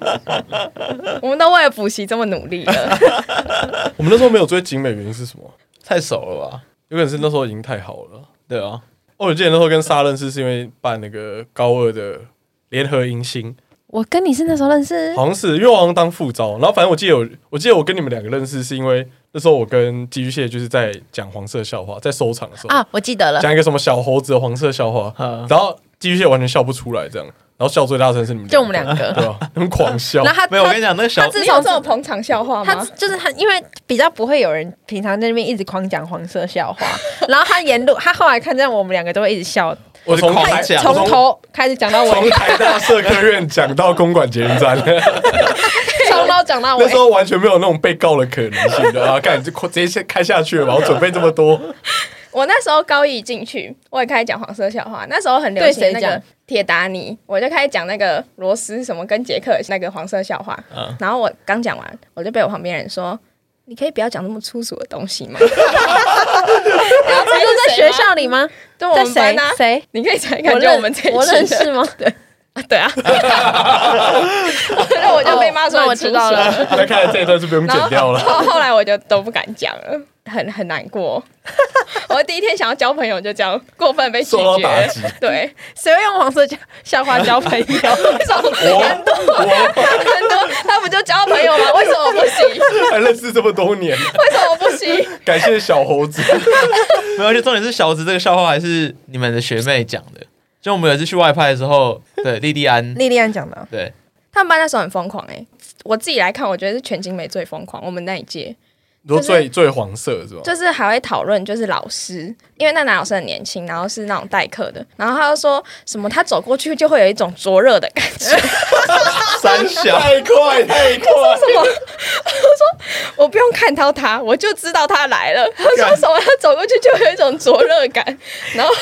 S4: 我们都为了补习这么努力了， [laughs]
S3: 我们那时候没有追景美，原因是什么？
S1: 太熟了吧？
S3: 有可能是那时候已经太好了。
S1: 对啊，
S3: 哦，我记得那时候跟莎认识是因为办那个高二的联合迎新，
S7: 我跟你是那时候认识，
S3: 好像是因为我好像当副招，然后反正我记得有，我记得我跟你们两个认识是因为那时候我跟寄居蟹就是在讲黄色笑话，在收场的时候
S7: 啊，我记得了，
S3: 讲一个什么小猴子的黄色笑话，
S1: 嗯
S3: 然后寄居蟹完全笑不出来，这样，然后笑最大声是你们，
S6: 就我们两个
S3: 对吧、很狂笑
S7: 然后，他
S1: 没有，我跟
S7: 他
S1: 你讲，那个小
S7: 他自
S4: 你
S7: 从
S4: 有这种捧场笑话
S7: 他
S4: 吗？
S7: 就是他，因为比较不会有人平常在那边一直狂讲黄色笑话，然后他沿路他后来看见我们两个都会一直笑，
S1: 我从
S3: 狂
S1: 台
S3: 讲
S1: 讲，
S3: 我
S7: 从头开始讲到尾，
S3: 从台大社科院讲到公馆捷运站，
S7: 从头讲到尾
S3: 那。时候完全没有那种被告的可能性的啊！干，就直接开下去了吧，我准备这么多，
S4: 我那时候高一进去，我也开始讲黄色笑话。那时候很流
S7: 对
S4: 行
S7: 谁
S4: 那
S7: 讲
S4: 个铁达尼，我就开始讲那个罗斯什么跟杰克那个黄色笑话。
S1: 嗯
S4: 然后我刚讲完，我就被我旁边人说：“你可以不要讲那么粗俗的东西吗？”
S7: 然后
S4: 是
S7: 在
S4: 谁
S7: 学
S4: 吗
S7: 校里吗？
S4: 对我
S7: 在
S4: 们
S7: 谁
S4: 班啊？
S7: 谁？
S4: 你可以猜
S7: 我
S4: 看，就
S7: 认
S4: 我们这一
S7: 我
S4: 期
S7: 认
S4: 的
S7: 识吗？
S4: 啊 [laughs] 对
S7: [laughs]
S4: 啊，然后我就被骂说
S7: 哦那我
S4: 很粗
S7: 知道
S4: 俗
S7: 了。
S3: 那看来这一段是
S4: [laughs]
S3: 不用
S4: 然后
S3: 剪掉了。
S4: 后后来我就都不敢讲了，很很难 [laughs] 过。我第一天想要交朋友就这样过分被拒
S3: 受到打击
S4: 绝，对，
S7: 谁会用黄色笑笑话
S4: [laughs]
S7: 交朋友？
S4: 这种事很多很多，他不就交朋友吗？为什么不行？为
S3: 还认识这么多年，
S4: 什么不行？
S3: 感谢小猴子。
S1: 没有，而且重点是小子这个笑话还是你们的学妹讲的。就我们有一次去外派的时候，对莉莉安，
S7: 莉莉安
S1: [laughs]
S7: 讲的，
S1: 对
S4: 他们班那时候很疯狂哎、我自己来看，我觉得是全景美最疯狂。我们那一届
S3: 你说
S4: 就是
S3: 最最黄色是吧？
S4: 就是还会讨论，就是老师，因为那男老师很年轻，然后是那种代课的，然后他就说什么他走过去就会有一种灼热的感觉，
S1: 三小，
S3: 太快太快！ [laughs]
S4: 我不用看到他，我就知道他
S3: [laughs]
S4: 来了。他说什么？他走过去就有一种灼热感。 [laughs] 然后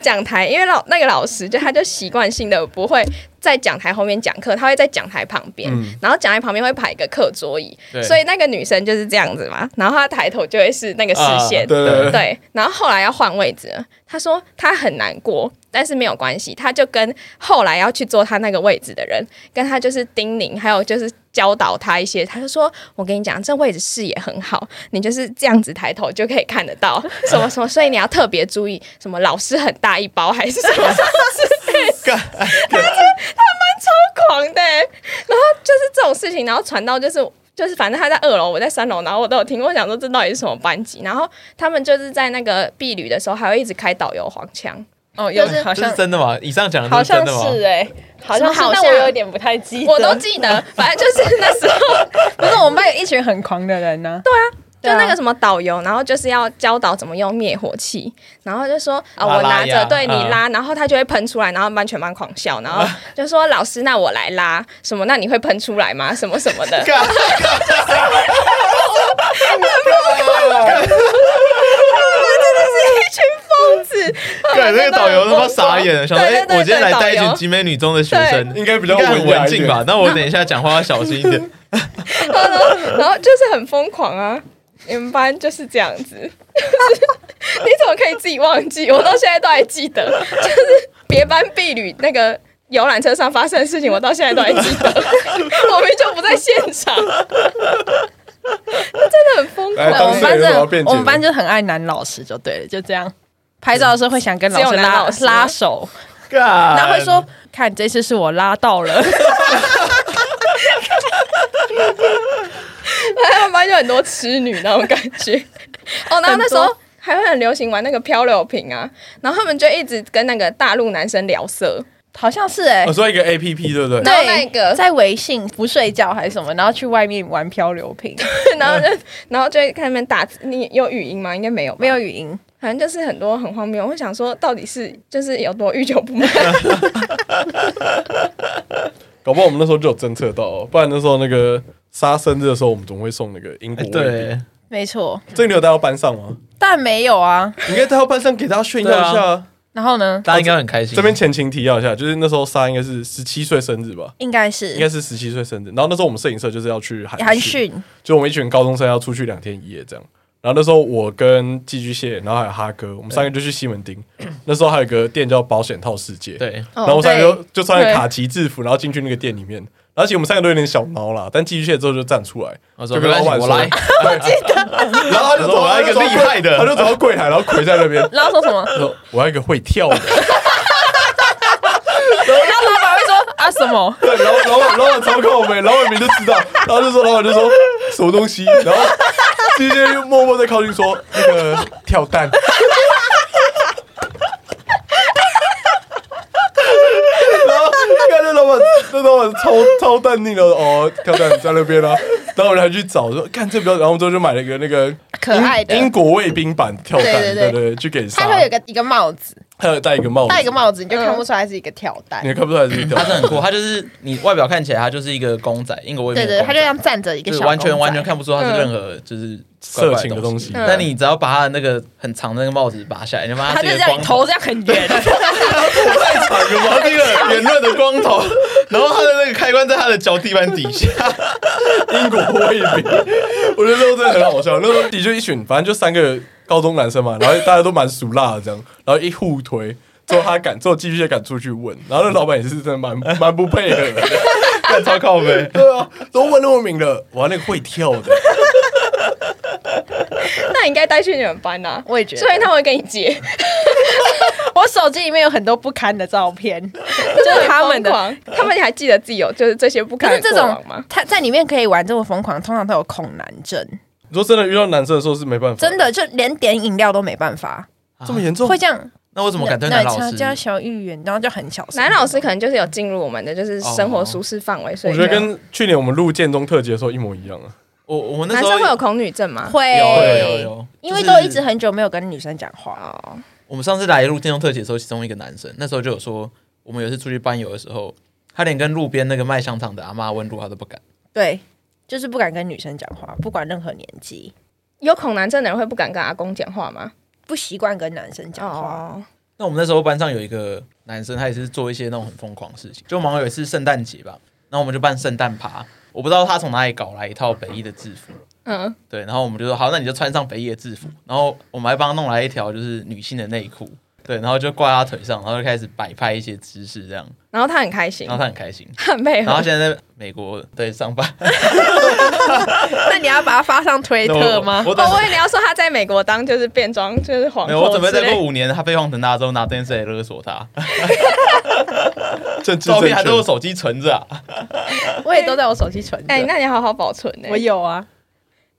S4: 讲台，因为老那个老师就他就习惯性的不会在讲台后面讲课，他会在讲台旁边，
S3: 嗯
S4: 然后讲台旁边会排一个课桌椅，
S1: 对
S4: 所以那个女生就是这样子嘛。然后她抬头就会是那个视线，
S3: 啊对对对
S4: 对。然后后来要换位置了，他说他很难过，但是没有关系，他就跟后来要去坐他那个位置的人跟他就是叮咛，还有就是教导他一些。他就说：“我跟你讲，这位置视野很好，你就是这样子抬头就可以看得到什么什么，所以你要特别注意什么老师很大一包还是
S1: [laughs]
S4: 什么之类的。”
S1: 哎
S4: 他蛮超狂的欸、 [laughs] 然后就是这种事情，然后传到就是。就是反正他在二楼，我在三楼，然后我都有听。我想说这到底是什么班级？然后他们就是在那个避旅的时候，还会一直开导游黄腔，
S6: 哦，有
S4: 就是
S6: 好
S1: 这
S6: 像
S1: 是真的吗？以上讲的都是真的吗？
S7: 哎、好
S4: 欸像是
S7: 好
S4: 但
S7: 像
S4: 我有
S7: 点不太记
S4: 我都记得。反正就是那时候
S6: 不是我们班有一群很狂的人呢、对
S4: 就
S6: 啊
S4: 那个什么导游，然后就是要教导怎么用灭火器，然后就说啊、
S1: 拉
S4: 我拿
S1: 拉
S4: 着
S1: 呀
S4: 对你
S1: 嗯
S4: 拉，然后他就会喷出来，然后班全班狂笑，然后就说老师，那我来拉什么？那你会喷出来吗？什么什么的，
S1: 干
S4: 真的是一群疯子。
S1: [laughs] 干那个导游他妈傻眼了，想说
S4: 对
S1: 哎
S4: 对，对
S1: 我今天来带一
S4: 对导
S1: 群
S4: 游
S1: 集美女中的学生，
S3: 应该比
S1: 比
S3: 较
S1: 很文
S3: 雅一
S1: 静
S3: 点 [laughs]
S1: 吧？？那我等一下讲话要小心一点。
S4: 然后 [laughs] 然后就是很疯狂啊，你们班就是这样子。 [laughs] 你怎么可以自己忘记？我到现在都还记得，就是别班婢女那个游览车上发生的事情，我到现在都还记得。我们就不在现场，真的很疯
S3: 来
S4: 狂。啊
S3: 当
S6: 我
S3: 事
S6: 们
S3: 人有
S6: 班
S3: 什么要
S6: 真
S3: 辩解
S6: 的，我们班就很爱男老师，就对了，就这样。拍照的时候会想跟老
S4: 只
S6: 师
S4: 有男
S6: 拉
S4: 老师
S6: 拉手，
S1: 干，
S6: 然后
S7: 嗯
S6: 会说：“看，这次是我拉到了。
S4: 他们班就很多痴女那种感觉。哦，然后那时候还会很流行玩那个漂流瓶啊，然后他们就一直跟那个大陆男生聊色，”
S6: 好像是哎、
S7: 哦
S3: 我哦说一个 A P P 对不对？
S4: 然后那个
S6: 在微信不睡觉还是什么，然后去外面玩漂流瓶，
S4: [laughs] 然
S7: 嗯
S4: 后就然后就会看他们打字，你有语音吗？应该没有，
S6: 没，有语
S7: [laughs]
S6: 音，
S4: 反正就是很多很荒谬。我会想说，到底是就是有多欲求不满？ [laughs]
S3: 搞不好我们那时候就有侦测到哦，不然那时候那个杀生日的时候，我们总会送那个英
S1: 哎
S3: 国味
S1: 对
S3: 饼。，
S6: 没错，
S3: 这个你有带到班上吗？
S6: 但没有啊。
S3: 你应该带到班上给大家炫耀一下啊。
S6: 然后呢，
S1: 大家应该很开心。
S3: 这边前情提要一下，就是那时候沙应该是十七岁生日吧，
S6: 应该
S3: 应该是
S6: 是
S3: 十七岁生日。然后那时候我们摄影社就是要去韩
S6: 韩讯，
S3: 就我们一群高中生要出去两天一夜这样。然后那时候我跟寄居蟹，然后还有哈哥，我们三个就去西门
S1: [coughs]
S3: 町。那时候还有个店叫保险套世界，。
S1: 对，
S3: 然后我们三个就就穿着
S4: 对
S3: 卡其制服，然后进去那个店里面。而且我们三个都有点小孬啦，但寄居蟹之后就站出来，
S1: 我
S3: 就
S1: 哦说
S3: 跟
S1: 没
S3: 老
S1: 关系，
S3: 板
S1: [laughs] 我
S3: 说，
S1: 来。
S3: 然后他就
S1: 我
S3: 走，
S1: 说我要一个
S3: 他就走
S1: 厉害的
S3: 他就走到柜台，然后跪在
S1: [laughs]
S3: 那边，
S6: 然后说什么？
S3: 他说我要一个会跳的。
S6: 然后老板会说啊什么？
S3: [laughs] 对，然后老板老板操控我们，老板明就知道，然后就说老板就说什么东西，然后寄居蟹就默默在靠近说那个跳蛋。然后看那老板，那老板超超淡定的哦，跳蛋在那边啦、然后我们还去找说，看这比较，然后我们之后就买了一个那个
S7: [laughs] 可爱的
S3: 英英国卫兵版跳蛋，
S7: 对对对
S3: 对去给
S7: 它
S3: 杀。
S7: 会有个一个帽子，
S3: 还有戴一个帽子，
S7: 戴一个帽子你就
S6: 嗯
S7: 看不出来是一个跳蛋
S3: 你。看不出来是一条
S1: 他是很酷，啊他就是你外表看起来他就是一个公仔，英国卫
S7: 对
S1: 兵的
S7: 对，
S1: 公仔，
S7: 他就像站着一个
S1: 就是
S7: 小
S1: 完全
S7: 公仔
S1: 完全看不出他是任何就是
S3: 色情的东西
S1: 怪怪但你只要把他的那个很长的那个帽子拔下来，你发现
S6: 他
S1: 他
S6: 就是
S1: 一
S6: 这
S1: 个
S6: 样
S1: 光
S6: 头
S1: 头，
S6: 这样很圆，
S1: 有 [laughs] 毛病了，圆润的光头， [laughs] 然后他的那个开关在他的脚底板底下，
S3: [laughs] 英国卫兵，我觉得那时候真的很好笑。那时候的确一群，反正就三个高中男生嘛，然后大家都蛮熟辣的这样，然后一互推，之后他敢，之后寄居蟹敢出去问，然后那老板也是真的蛮蛮不配合的， [laughs]
S1: 干超靠背。
S3: 对啊，都问那么明了，哇，那个会跳的，
S4: 那你应该带去你们班呐、
S7: [laughs] 我
S6: [laughs]
S7: 也觉得
S4: 虽然他会跟你结，
S7: 我手机里面有很多不堪的照片， [laughs] 就是他们
S4: [laughs]
S7: 的。
S4: 很疯狂他们还记得自己有就是这些不
S6: 可
S4: 堪
S6: 是
S4: 的
S6: 这
S4: 过往
S6: 种
S4: 吗？哦
S6: 他在里面可以玩这么疯狂，通常都有恐男症，
S3: 你说真的遇到男生的时候是没办法，
S6: 真的就连点饮料都没办法，
S3: 这么严重
S4: 哦
S6: 会，这样。
S1: [laughs] 那为什么敢对
S6: 奶
S1: 男老
S6: 茶
S1: 师？
S6: 加小芋圆，然后就很小声。
S4: 男老师可能就是有进入我们的就是生
S7: 哦
S4: 活舒适范围，所
S3: 我
S4: 以
S3: 觉得跟去年我们录建中特辑的时候一模一样啊。
S1: 我我那
S4: 男
S1: 时
S4: 生
S1: 候
S4: 会有恐女症吗？
S6: 会
S1: 有有有有，
S6: 哎因为
S1: 就是
S6: 都一直很久没有跟女生讲话，
S4: 哦，
S1: 我们上次来录电动特辑的时候，其中一个男生那时候就有说，我们有一次出去班游的时候，他连跟路边那个卖香肠的阿妈问路他都不敢。
S6: 对，就是不敢跟女生讲话，不管任何年纪，
S4: 有恐男症的人会不敢跟阿公讲话吗？
S6: 不习惯跟男生讲话。
S4: 哦，
S1: 那我们那时候班上有一个男生，他也是做一些那种很疯狂的事情。就忙有一次圣诞节吧，然后我们就办圣诞趴，我不知道他从哪里搞来一套北一的制服，
S4: 嗯，
S1: 对，然后我们就说好，那你就穿上北一的制服，然后我们还帮他弄来一条就是女性的内裤，对，然后就挂他腿上，然后就开始摆拍一些姿势这样，
S4: 然后他很开心
S1: 然，后他很
S6: [laughs]
S1: 开心。
S4: 他很配
S1: 然后
S4: 合，
S1: 现在在美国对上班，
S7: 那你要把它发上推特吗？
S1: 我我等
S4: 哦，我以为你要说他在美国当就是变装就是皇
S1: 没有，我
S4: 后
S1: 准备
S4: 之
S1: 再
S4: 类
S1: 过，五年，他被放成大之后，拿这件事来勒索 [laughs] 他，
S3: 政治
S1: 啊照
S3: 正
S1: 片还
S3: 确
S1: 都 [laughs] 有手机存着啊。
S7: 我也都在我手机存着。
S4: 哎，那你好好保存呢。
S7: 我有啊，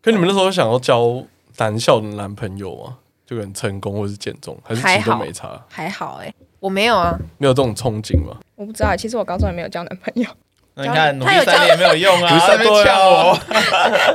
S3: 可你们那时候想要交男校的男朋友啊，就很成功，或是建中，还是
S6: 还
S3: 其实都
S6: 好
S3: 没差，
S6: 还好哎、我没有啊，
S3: 没有这种憧憬吗？
S4: 我不知道，其实我高中也没有交男朋友，
S1: [laughs] 那你看，努
S6: 他
S1: 力
S6: 有
S1: 三年没有用 [laughs] 啊，
S3: 不是
S1: 在那边
S3: 对啊
S1: 呛 [laughs] 我。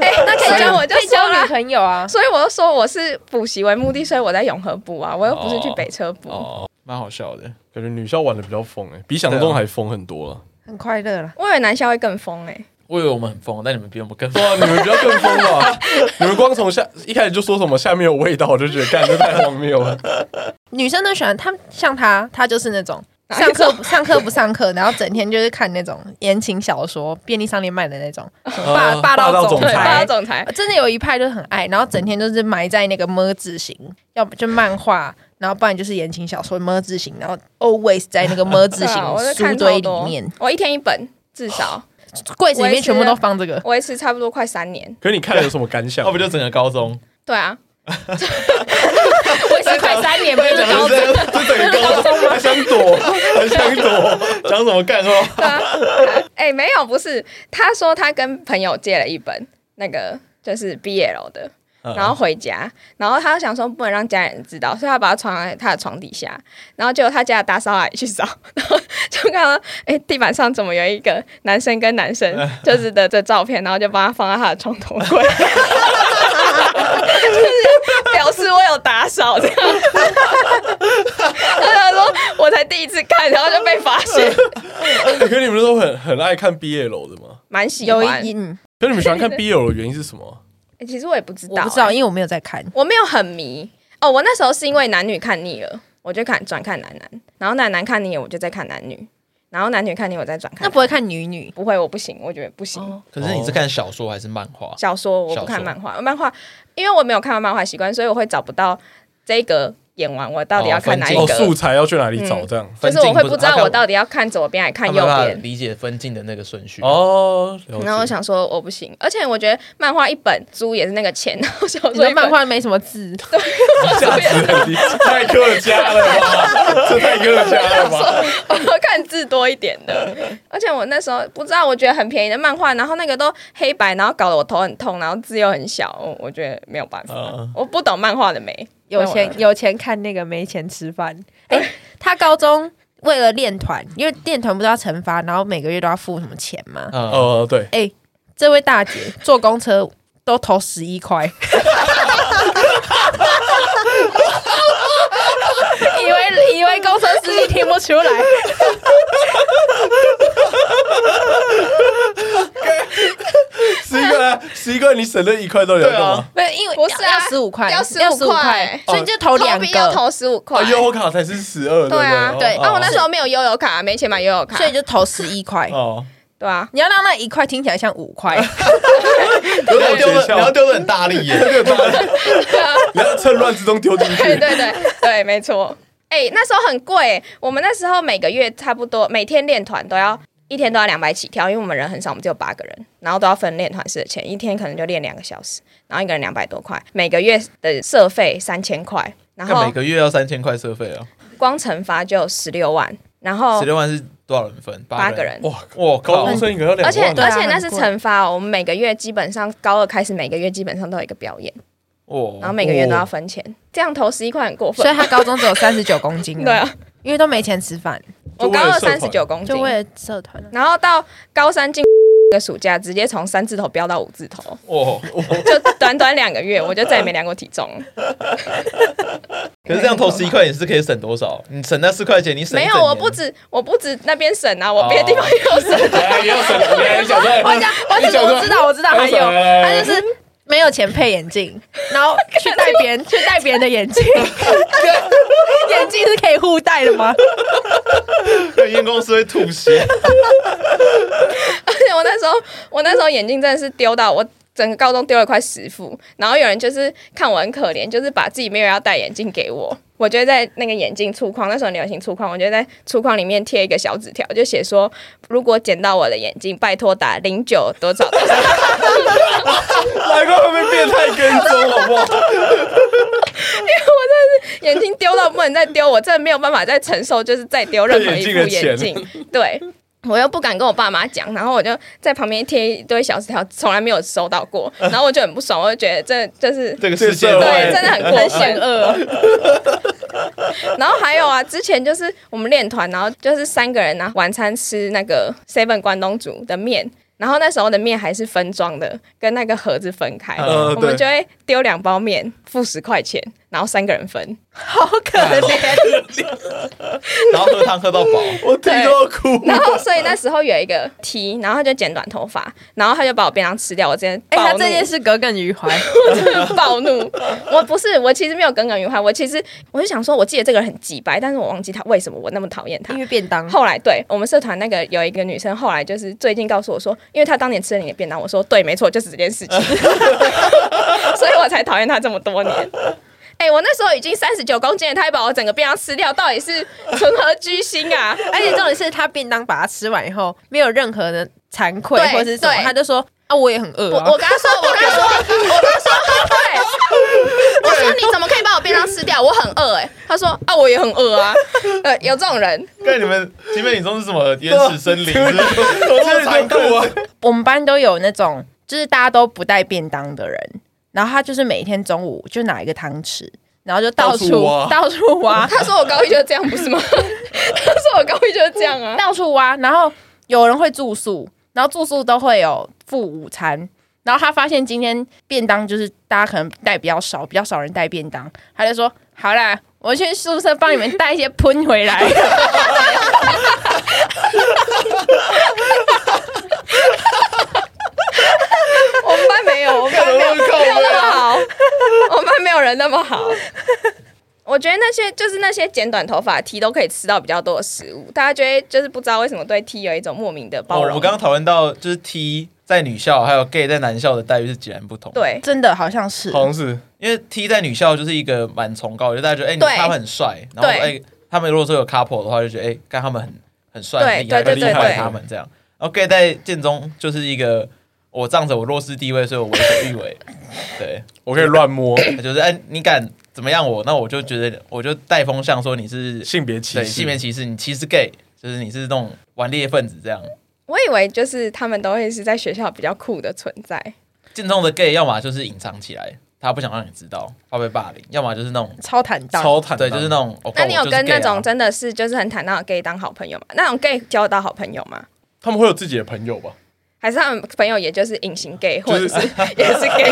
S4: 哎，那可以交我就
S6: 可以
S4: 说
S6: 交
S4: 啦
S6: 女。朋友啊。
S4: 所以我就说我是补习为目的，所以我在永和补啊，我又不是去北车补。
S1: 哦，蛮好笑的。
S3: 感觉女校玩的比较疯哎、比想象中还疯很多啊了。
S6: 很快乐了，
S4: 我以为男校会更疯哎、
S1: 我以为我们很疯，但你们比我们更疯 [laughs]
S3: 对。啊，你们比较更疯吧？你们光从下一开始就说什么下面有味道，我就觉得干这太荒谬了。
S6: 女生都喜欢他，像他，他就是那种
S4: 哪一
S6: 上课不上课不上课，然后整天就是看那种言情小说、便利商店卖的那种，霸
S3: 呃
S6: 霸
S3: 霸
S6: 道
S3: 道总
S4: 对，霸
S6: 裁
S4: 道。总裁，
S6: 真的有一派就是很爱，然后整天就是埋在那个么字形，要不就漫画，然后不然就是言情小说么字形，然后 always 在那个么字
S4: [laughs]
S6: 形
S4: 对啊我在
S6: 书
S4: 看
S6: 堆
S4: 超
S6: 里
S4: 多
S6: 面，，
S4: 我一天一本至
S1: [laughs]
S4: 少，
S6: 柜子里
S4: 我
S6: 面
S4: 也是
S6: 全部都放这个。
S4: 维持差不多快三年。
S3: 可是你看了有什么感想
S1: 哦要？不就整个高
S4: [laughs]
S1: 中，[laughs]
S4: 对啊，维持快三年，不是高中。
S1: 这整个高中
S3: 还想躲，还想躲，
S1: [laughs] 讲什么干话？
S4: 对啊， [laughs] 哎、没有，不是，他说他跟朋友借了一本那个就是 BL 的，然后回家，然后他就想说不能让家人知道，所以他把它藏在他的床底下，然后结果他家的打扫阿姨去扫， [laughs] 然后就看到哎、地板上怎么有一个男生跟男生就是的这照片，然后就把它放在他的床头柜， [laughs] 就是表示我有打扫这样。 [laughs] 他就说我才第一次看，然后就被发现，
S3: 可是你们都很很爱看 BL 的吗？
S4: 蛮喜
S6: 有一
S4: 欢。
S6: 嗯，
S3: 可是你们喜欢看 BL 的原因是什么？
S4: 欸其实我也不知道、
S6: 我不知道，
S4: 欸
S6: 因为我没有在看。
S4: 我没有很迷哦。我那时候是因为男女看腻了，我就看转看男男，然后男男看腻了，我就再看男女，然后男女看腻我再转看
S6: 那
S4: 男。
S6: 不哦会看女女，
S4: 不会，我不行，我觉得不行。
S1: [laughs] 可是你是看小说还是漫画？
S4: 小说我
S1: 小
S4: 不看
S1: 说
S4: 漫画，漫画因为我没有看过漫画习惯，所以我会找不到这个演完我到底要看哪一
S1: 那
S3: 哦，
S4: 个，
S3: 素材要去哪里找
S4: 嗯
S3: 这样？
S4: 就是我会不知道我到
S1: 底
S4: 底要看左边还看
S1: 看
S4: 右边。
S1: 理解分镜的那个顺序。哦，
S3: 哦，了解
S4: 然后我想说我不行，而且我觉得漫画一本租也是那个钱，然后小
S6: 你的
S4: 说一
S6: 漫
S4: 本
S6: 画没什么字，
S3: 价值很低，太客家了吧？这太客家了吧？
S4: 我 [laughs] 看字多一点的，而且我那时候不知道，我觉得很便宜的漫画，然后那个都黑白，然后搞得我头很痛，然后字又很小，我我觉得没有办法，
S1: 嗯
S4: 我不懂漫画的美。
S6: 有
S4: 那我
S6: 钱有钱看那个，没钱吃饭。哎、 [laughs] 他高中为了练团，因为练团不是要惩罚，然后每个月都要付什么钱吗？
S1: [laughs] 哦，
S3: 哦，对，
S6: 这位大姐坐公车都投十 [laughs] 一块，一以
S7: [laughs]
S6: 为以为公车司机听不出 [laughs] 来，
S3: 十一块，十一块，你省了一块到底要
S1: 对
S3: 干嘛
S1: 啊？，
S6: 没有，因为
S4: 不是啊
S6: 要十五块，
S4: 要
S6: 十
S4: 15块
S6: 所以你就投两
S4: 币要
S6: 个，
S4: 投十五块
S3: 啊，，悠游卡才是十二，
S4: 对啊，
S3: 不
S4: 对
S3: 对哦
S4: 啊，我那时候没有悠游卡，没钱买悠游卡，
S6: 所以就投十一块。
S3: 哦，
S4: 对啊，
S6: 你要让那一块听起来像五 [laughs] 块，
S1: 你要丢的，
S3: 诀窍
S1: 你要丢的很大力 [laughs] 耶。
S3: 你要趁乱之中丢进
S4: 啊对
S3: 去，
S4: 对对对，没错。哎、那时候很贵、我们那时候每个月差不多每天练团都要一天都要两百起跳，因为我们人很少，我们只有八个人，然后都要分练团式的钱，一天可能就练两个小时，然后一个人两百多块，每个月的社费三千块，然
S1: 那
S4: 后
S1: 每个月要三千块社费啊，
S4: 光惩罚就十六万，然后
S1: 十六万是多少人分？
S4: 哦八个
S1: 个。
S4: 人。
S3: 哇，
S1: 我
S3: 高
S1: 靠！
S3: 中生一个要两
S4: 而且
S3: 万
S6: 对啊
S4: 而且那是
S6: 很贵
S4: 惩罚哦，我们每个月基本上高二开始，每个月基本上都有一个表演，然后
S1: 哇，
S4: 每个月都
S3: [laughs]
S4: 要分钱，这样投十一块很过
S6: 所
S4: 分
S6: 以。他高中只有三十九公斤。 [laughs]
S4: 对，啊，
S6: 因为都没钱吃饭，
S4: 我高
S3: 就为了
S4: 二
S3: 社团
S4: 三十九公斤，
S6: 就为了社团。啊
S4: 然后到高三进的暑假，直接从三字头飙到五字头，
S1: 哇！
S4: 就短短两个月，我就再也没量过
S1: [laughs]
S4: 体重了。
S1: 可是这样投十一块也是可以省多少？你省那四块钱，你省
S4: 没
S1: 一
S4: 有，
S1: 整
S4: 我
S1: 年哦
S4: 不止，我不止那边省啊，我别的地方也有省。 [laughs]
S2: 哎，要省，你想
S3: 哎
S6: 我讲，我
S2: 你
S6: 知
S2: 讲
S6: 道，
S2: 说
S6: 我知道，我知道，还有
S2: 来来
S6: 他
S2: 来
S6: 就是没有钱配眼镜，然后去戴别人去戴别人的眼镜，眼镜是可以互戴的吗？
S1: 对，验公司会吐血。
S4: 而且我那时候，我那时候眼镜真的是丢到我。整个高中丢了快十副，然后有人就是看我很可怜，就是把自己没有要戴眼镜给我，我就会在那个眼镜粗框，那时候很流行粗框，我就在粗框里面贴一个小纸条，就写说如果捡到我的眼镜，拜托打零九多少多少。
S3: 难怪会被变态跟踪，好 [laughs] 不好？
S4: [laughs] 眼睛丢到不能再丢，我真的没有办法再承受，就是再丢任何一副眼
S3: 眼镜
S4: 镜。对。我又不敢跟我爸妈讲，然后我就在旁边贴一堆小纸条，从来没有收到 [laughs] 过，然后我就很不爽，我就觉得这就是
S1: [laughs] 这个世界
S3: 这个社
S4: 对，
S3: 会
S4: 真的很过分恶。然后还有啊，之前就是我们练团，然后就是三个人呢、啊，晚餐吃那个 seven 关东煮的面。然后那时候的面还是分装的，跟那个盒子分开，
S3: 嗯
S4: 我们
S3: 对
S4: 就会丢两包面，付十块钱，然后三个人分。
S6: 好可怜，哦
S1: 然后喝汤喝到饱，
S3: 我听都要哭。
S4: [laughs] 然后所以那时候有一个 T，然后他就剪短头发，然后他就把我便当吃掉，我之前
S6: 哎，
S4: 暴
S6: 他
S4: 怒，
S6: 这件事耿耿于怀，
S4: [laughs] 暴怒。我不是，我其实没有耿耿于怀，我其实我就想说，我记得这个人很鸡掰，但是我忘记他为什么我那么讨厌他
S6: 因。为便当。
S4: 后来对我们社团那个有一个女生，后来就是最近告诉我说，因为她当年吃了你的便当，我说对，没错，就是这件事情， [laughs] 所以我才讨厌她这么多年。哎、我那时候已经三十九公斤了，她还把我整个便当吃掉，到底是存何居心啊？
S6: 而且重点是他便当把它吃完以后，没有任何的惭愧
S4: 对
S6: 或者是什么，
S4: 对
S6: 他就说啊，我也很饿
S4: 我
S6: 啊
S4: 我。跟他说，我跟他说，我跟他说，对，我说你怎么可以把我便当吃掉？我很饿哎、他说啊，我也很饿啊，呃，有这种人，
S1: 看你们集美女中是什么原始森林，是不 [laughs] 是
S3: 我真的哭 [laughs] 啊！
S6: 我们班都有那种就是大家都不带便当的人，然后他就是每天中午就拿一个汤匙，然后就到处
S3: 到处挖
S6: 到处挖，
S4: 他说我高一就是这样，不是吗？ [laughs] 他说我高一就是这样啊，
S6: 到处挖，然后有人会住宿，然后住宿都会有附午餐。然后他发现今天便当就是大家可能带比较少，比较少人带便当，他就说：“好啦，我去宿舍帮你们带一些喷回来。 [laughs]
S4: 我们班没有，我们班没有没有那么好，我们班没有人那么好。我觉得那些就是那些剪短头发 T 都可以吃到比较多的食物，大家觉得就是不知道为什么对 T 有一种莫名的包
S1: 哦，
S4: 容。
S1: 我刚刚讨论到就是 T 在女校还有 gay 在男校的待遇是截然不同。，
S4: 对”
S6: 真的好像是，
S3: 好像是
S1: 因为 T 在女校就是一个蛮崇高的，就大家觉得哎、你
S4: 对
S1: 他们很帅，然后
S4: 对
S1: 哎、他们如果说有 couple 的话，就觉得哎干、他们很很帅，
S4: 对
S1: 很厉害，
S4: 对
S1: 很
S4: 对
S1: 厉害
S4: 对
S1: 他们这样。然后 gay 在建中就是一个我仗着我弱势地位，所以我为所欲
S4: [laughs]
S1: 为。对，
S3: 我可以乱摸，
S1: 他就是哎、你敢怎么样我，那我就觉得我就带风向说你是
S3: 性别歧
S1: 对
S3: 视，
S1: 性别歧视，你歧视 gay，就是你是那种顽劣分子这样。
S4: 我以为就是他们都会是在学校比较酷的存在，
S1: 建中的 gay 要么就是隐藏起来，他不想让你知道，怕被霸凌；要么就是那种
S6: 超坦荡，
S3: 超坦荡，
S1: 对，就是那种。哦
S4: 嗯那你有跟那
S1: 干我就是
S4: 种？
S1: gay 啊
S4: 真的是就是很坦荡的 gay 当好朋友吗？那种 gay 交到好朋友吗？
S3: 他们会有自己的朋友吧？
S4: 还是他们朋友也就是隐形 gay，或
S3: 就
S1: [laughs]
S3: 是
S4: 者是也是 gay？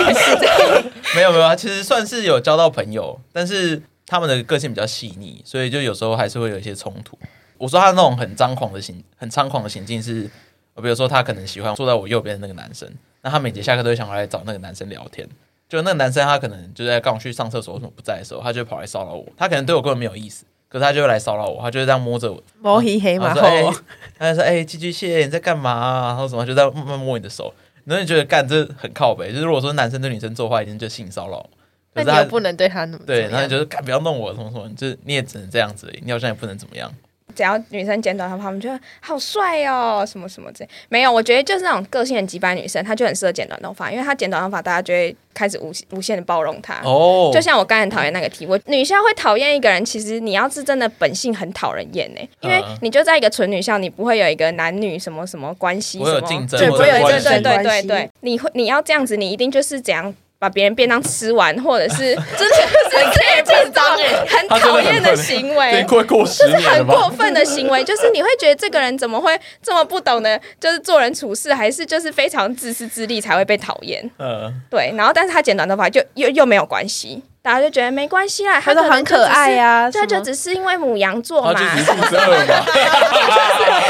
S4: [laughs]
S1: 没有没有啊，其实算是有交到朋友，但是他们的个性比较细腻，所以就有时候还是会有一些冲突。我说他那种很张狂的行，很猖狂的行径是，呃比如说他可能喜欢坐在我右边的那个男生，那他每节下课都会想回来找那个男生聊天。就那个男生他可能就在刚我去上厕所，为什么不在的时候，他就会跑来骚扰我。他可能对我根本没有意思，可是他就会来骚扰我，他就会这样摸着我，
S7: 摸黑黑
S1: 然
S7: 嘛
S1: 后
S7: 吼
S1: 说：“哎、他就说：“哎、寄居蟹你在干嘛、啊？”然后什么就在慢慢摸你的手，然后你觉得干这很靠北。就是如果说男生对女生做坏，一定就性骚扰。
S7: 那
S1: 可是
S7: 你又
S1: 他
S7: 不能对他那么
S1: 对，
S7: 怎
S1: 然
S7: 么
S1: 后
S7: 样
S1: 你就是干不要弄我什么什么，就是你也只能这样子而已，你好像也不能怎么样。
S4: 只要女生剪短头发，我们觉得好帅哦，什么什么之类。没有，我觉得就是那种个性很急白女生，她就很适合剪短头发，因为她剪短头发，大家就会开始无无限的包容她。
S1: 哦
S4: 啊就像我刚才很讨厌那个题，我女校会讨厌一个人，其实你要是真的本性很讨人厌呢、欸因为
S1: 嗯
S4: 你就在一个纯女校，你不会有一个男女什么什么关系，
S1: 不会有
S4: 什么
S1: 竞争
S4: 对，不
S1: 或
S4: 会
S1: 者
S4: 有
S1: 关
S4: 对
S1: 系
S4: 对对
S7: 关
S4: 对
S7: 系
S4: 对，你会你要这样子，你一定就是怎样。把别人便当吃完，或者是 [laughs] 真的是这种很
S3: 他真的
S4: 讨
S3: 很
S4: 厌
S3: 愤
S4: 的
S3: 怒
S4: 行为，
S3: 这快过十年了
S4: [laughs] 很过
S3: 吧？
S4: 分的行为，就是你会觉得这个人怎么会这么不懂得就是做人处事，还是就是非常自私自利才会被讨厌？
S1: 嗯，
S4: 对，然后但是他剪短头发就又又没有关系，大家就觉得没关系啦，
S7: 他
S4: 他
S7: 说很可爱
S4: 呀、
S7: 呀，
S4: 他
S7: 什
S4: 就
S7: 么
S4: 只是因为母羊座
S3: 他
S4: 嘛，
S3: 就只是肚子饿
S4: [laughs]
S3: 嘛，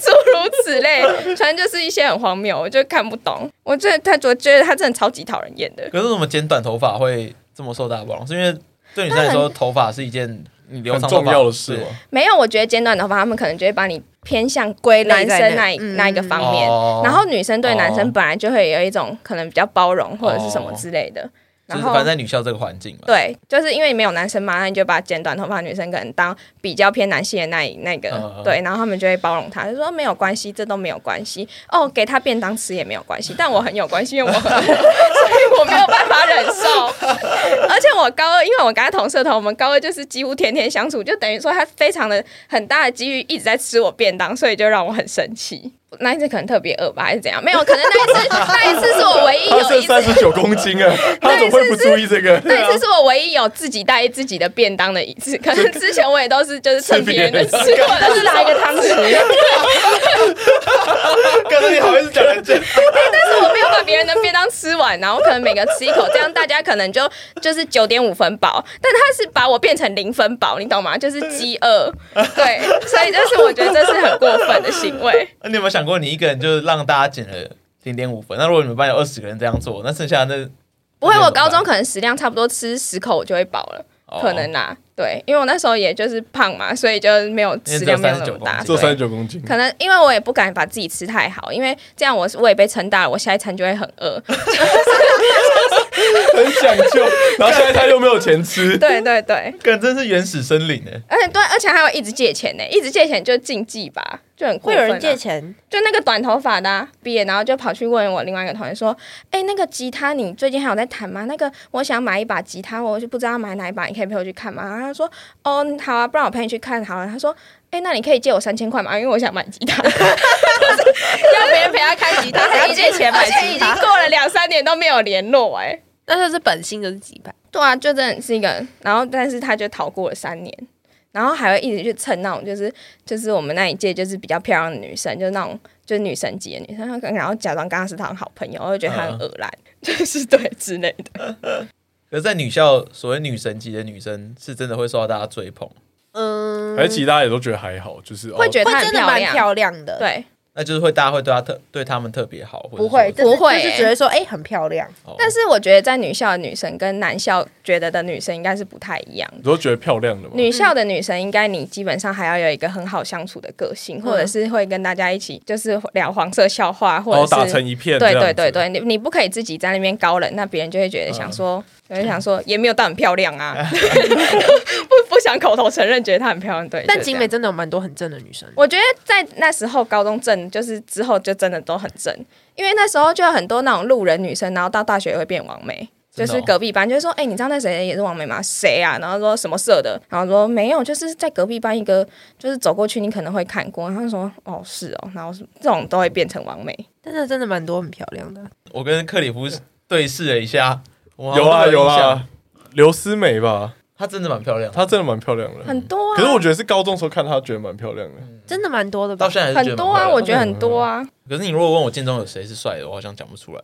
S4: 诸如此类，反正就是一些很荒谬，我就看不懂。我觉得他，我觉得他真的超级讨人厌的。
S1: 可是怎么剪短头发会这么受大家包容？是因为对女生来说，头发是一件你留
S3: 很
S1: 长头
S3: 重
S1: 发
S3: 要的事嘛。
S4: 没有，我觉得剪短头发，他们可能就会把你偏向归
S7: 类
S4: 男
S7: 在
S4: 生
S7: 那
S4: 那一
S7: 嗯
S4: 那一个方面，
S1: 哦
S4: 然后女生对男生
S1: 哦
S4: 本来就会有一种可能比较包容或者是什么之类的，
S1: 就
S4: 然
S1: 是
S4: 后
S1: 反正在女校这个环境嘛。
S4: 对，就是因为没有男生嘛，那你就把剪短头发的女生可能当比较偏男性的那一那个、
S1: 嗯嗯
S4: 对，然后他们就会包容他，就说没有关系，这都没有关系，哦，给他便当吃也没有关系，但我很有关系，因为我 [laughs] 所以我没有办法忍受，而且我高二，因为我跟他同社团，我们高二就是几乎天天相处，就等于说他非常的很大的机遇一直在吃我便当，所以就让我很生气。那一次可能特别饿吧，还是怎样？没有，可能那一次那一次是我唯一
S3: 他
S4: 有
S3: 剩
S4: 一次
S3: 三十九公斤
S4: [laughs]
S3: 啊，他怎么会不注意这个？
S4: 那一次是我唯一有自己带自己的便当的一 [laughs] 次，可是之前我也都是就是蹭别人的吃，我都是拿一个 [laughs] 汤匙，
S3: 啊
S1: 刚才你好意思讲人 [laughs] 家？
S4: 但是我没有把别人的便当吃完，然后可能每个吃一口，这样大家可能就就是九点五分饱，但他是把我变成零分饱，你懂吗？就是饥饿，对，所以就是我觉得这是很过分的行为。
S1: 那你有没有想过，你一个人就让大家减了零点五分？那如果你们班有二十个人这样做，那剩下的那
S4: [laughs] 不会，我高中可能食量差不多吃十口我就会饱了，
S1: 哦
S4: 可能啦，对，因为我那时候也就是胖嘛，所以就没有
S1: 因为
S4: 食
S1: 只有
S4: 量没有那
S1: 39
S4: 么
S1: 公
S4: 大
S1: 斤，
S3: 做
S1: 对
S3: 三十九公斤，
S4: 可能因为我也不敢把自己吃太好，因为这样我是胃被撑大了，我下一餐就会很饿。 [laughs]
S3: 很讲究。然后现在他又没有钱吃，
S4: 对对对，
S1: 个人真是原始森林呢、欸
S4: 而且对，而且还有一直借钱呢、一直借钱就禁忌吧，就很过
S7: 会
S4: 分啊
S7: 有人借，钱，
S4: 就那个短头发的、啊、毕业，然后就跑去问我另外一个同学说：“哎、那个吉他你最近还有在弹吗？那个我想买一把吉他，我就不知道买哪一把，你可以陪我去看吗？”然后他说：“哦，好啊，不然我陪你去看好了。”他说。哎、那你可以借我三千块吗？因为我想买吉 [laughs] 他，就是要别人陪他开吉他，还要借钱买吉他，而且已经过了两三年都没有联络哎、
S7: 那就是本性就是几百，
S4: 对啊，就真的是一个人，然后但是他就逃过了三年，然后还会一直去蹭那种就是就是我们那一届就是比较漂亮的女生，就是那种就是女神级的女生，她可能然后假装跟她是她的好朋友，我就觉得她很恶烂，就是对之类的。
S1: 可是，在女校，所谓女神级的女生，是真的会受到大家追捧，
S7: 嗯，
S3: 还是其他也都觉得还好，就是哦
S4: 会觉
S3: 得
S4: 得
S7: 会
S4: 她很
S7: 真的
S4: 漂
S7: 蛮
S4: 亮，
S7: 漂亮的，，
S4: 对，
S1: 那就是会大家会对她特对她们特别好，或者
S7: 不会
S1: 说
S7: 就是
S4: 不会
S7: 就是只会说哎很漂亮，
S1: 哦
S4: 但是我觉得在女校的女生跟男校觉得的女生应该是不太一样的
S3: 你都觉得漂亮的嘛。
S4: 女校的女生，应该你基本上还要有一个很好相处的个性，或者是会跟大家一起就是聊黄色笑话，或
S3: 然后
S4: 者是
S3: 哦打成一片，
S4: 对对对，对，你你不可以自己在那边高冷，那别人就会觉得想说，有人想说也没有到很漂亮啊，不不想口头承认觉得她很漂亮，对。
S7: 但
S4: 就是
S7: 景
S4: 这
S7: 美
S4: 样，
S7: 真的有蛮多很正的女生，
S4: 我觉得在那时候高中正，就是之后就真的都很正，因为那时候就有很多那种路人女生，然后到大学也会变王美。就
S1: 真的哦
S4: 是隔壁班，就会说，哎、你知道那谁也是王美吗？谁啊？然后说什么社的？然后说没有，就是在隔壁班一个，就是走过去你可能会看过。然后就说哦是哦，然后这种都会变成王美。
S7: 但是真的蛮多很漂亮的，
S1: 我跟克里夫对视了一下，哇
S3: 有啊
S1: 我都
S3: 有
S1: 印象
S3: 啊，刘思美吧，
S1: 她真的蛮漂亮的，
S3: 她真的蛮漂亮的。
S4: 很多啊。
S3: 可是我觉得是高中时候看她，觉得蛮漂亮的。
S7: 真的蛮多的吧
S1: 到？现在还是觉
S4: 很
S1: 得蛮
S4: 多啊，
S1: 漂亮
S4: 我
S1: 的
S4: 觉得很多啊。
S1: 可是你如果问我建中有谁是帅的，我好像讲不出来。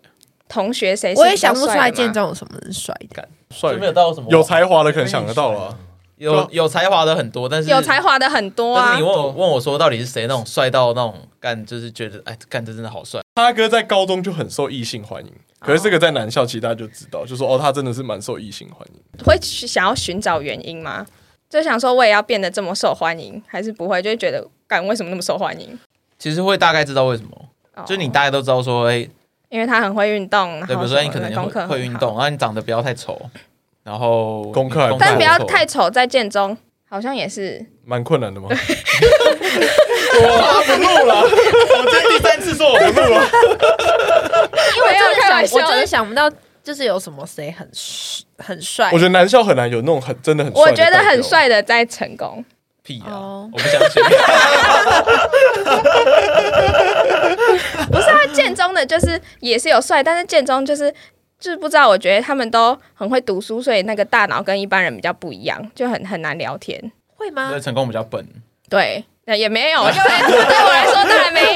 S4: 同学谁是
S7: 我也想不出来
S4: 比较帅的吗
S7: 建中有什么人帅的，
S3: 帅
S1: 就没有到什么
S3: 有才华的可能想得到啊了，
S1: 有有才华的很多，但是
S4: 有才华的很多
S1: 但
S4: 啊
S1: 是你。问我问我说到底是谁那种帅到那种干，就是觉得哎干这真的好帅，
S3: 他哥在高中就很受异性欢迎，可是这个在男校其实大家就知道，就说哦，他真的是蛮受异性欢迎。
S4: 会去想要寻找原因吗？就想说我也要变得这么受欢迎，还是不会？就会觉得，干为什么那么受欢迎？
S1: 其实会大概知道为什么，
S4: 哦
S1: 就是你，大概都知道说，哎，
S4: 因为他很会运动，然后
S1: 对，比如说
S4: 什
S1: 你
S4: 么
S1: 可能
S4: 的功课
S1: 会
S4: 很
S1: 会运
S4: 好，
S1: 动，然后你长得不要太丑，然后
S3: 功课还
S1: 你
S4: 但不要
S1: 错
S4: 太丑，在建中好像也是
S3: 蛮困难的嘛，
S1: 我这是第三次说我不录了，
S7: 因为我真的
S4: 没有开玩笑
S7: 想，我真的想不到，就是有什么谁很帅很帅
S3: 我觉得男校很难有那种很真的很帅
S4: 我
S3: 的代
S4: 觉
S3: 表，
S4: 得很帅的在成功，
S1: 屁啊，
S7: 哦
S1: 我不相
S4: [laughs]
S1: 信。
S4: 不是啊，建中的就是也是有帅，但是建中就是就是不知道，我觉得他们都很会读书，所以那个大脑跟一般人比较不一样，就很很难聊天。
S7: 会吗
S1: 所以？成功比较笨，
S4: 对，那也
S1: [laughs]
S4: 没有，就对我来说当然没有，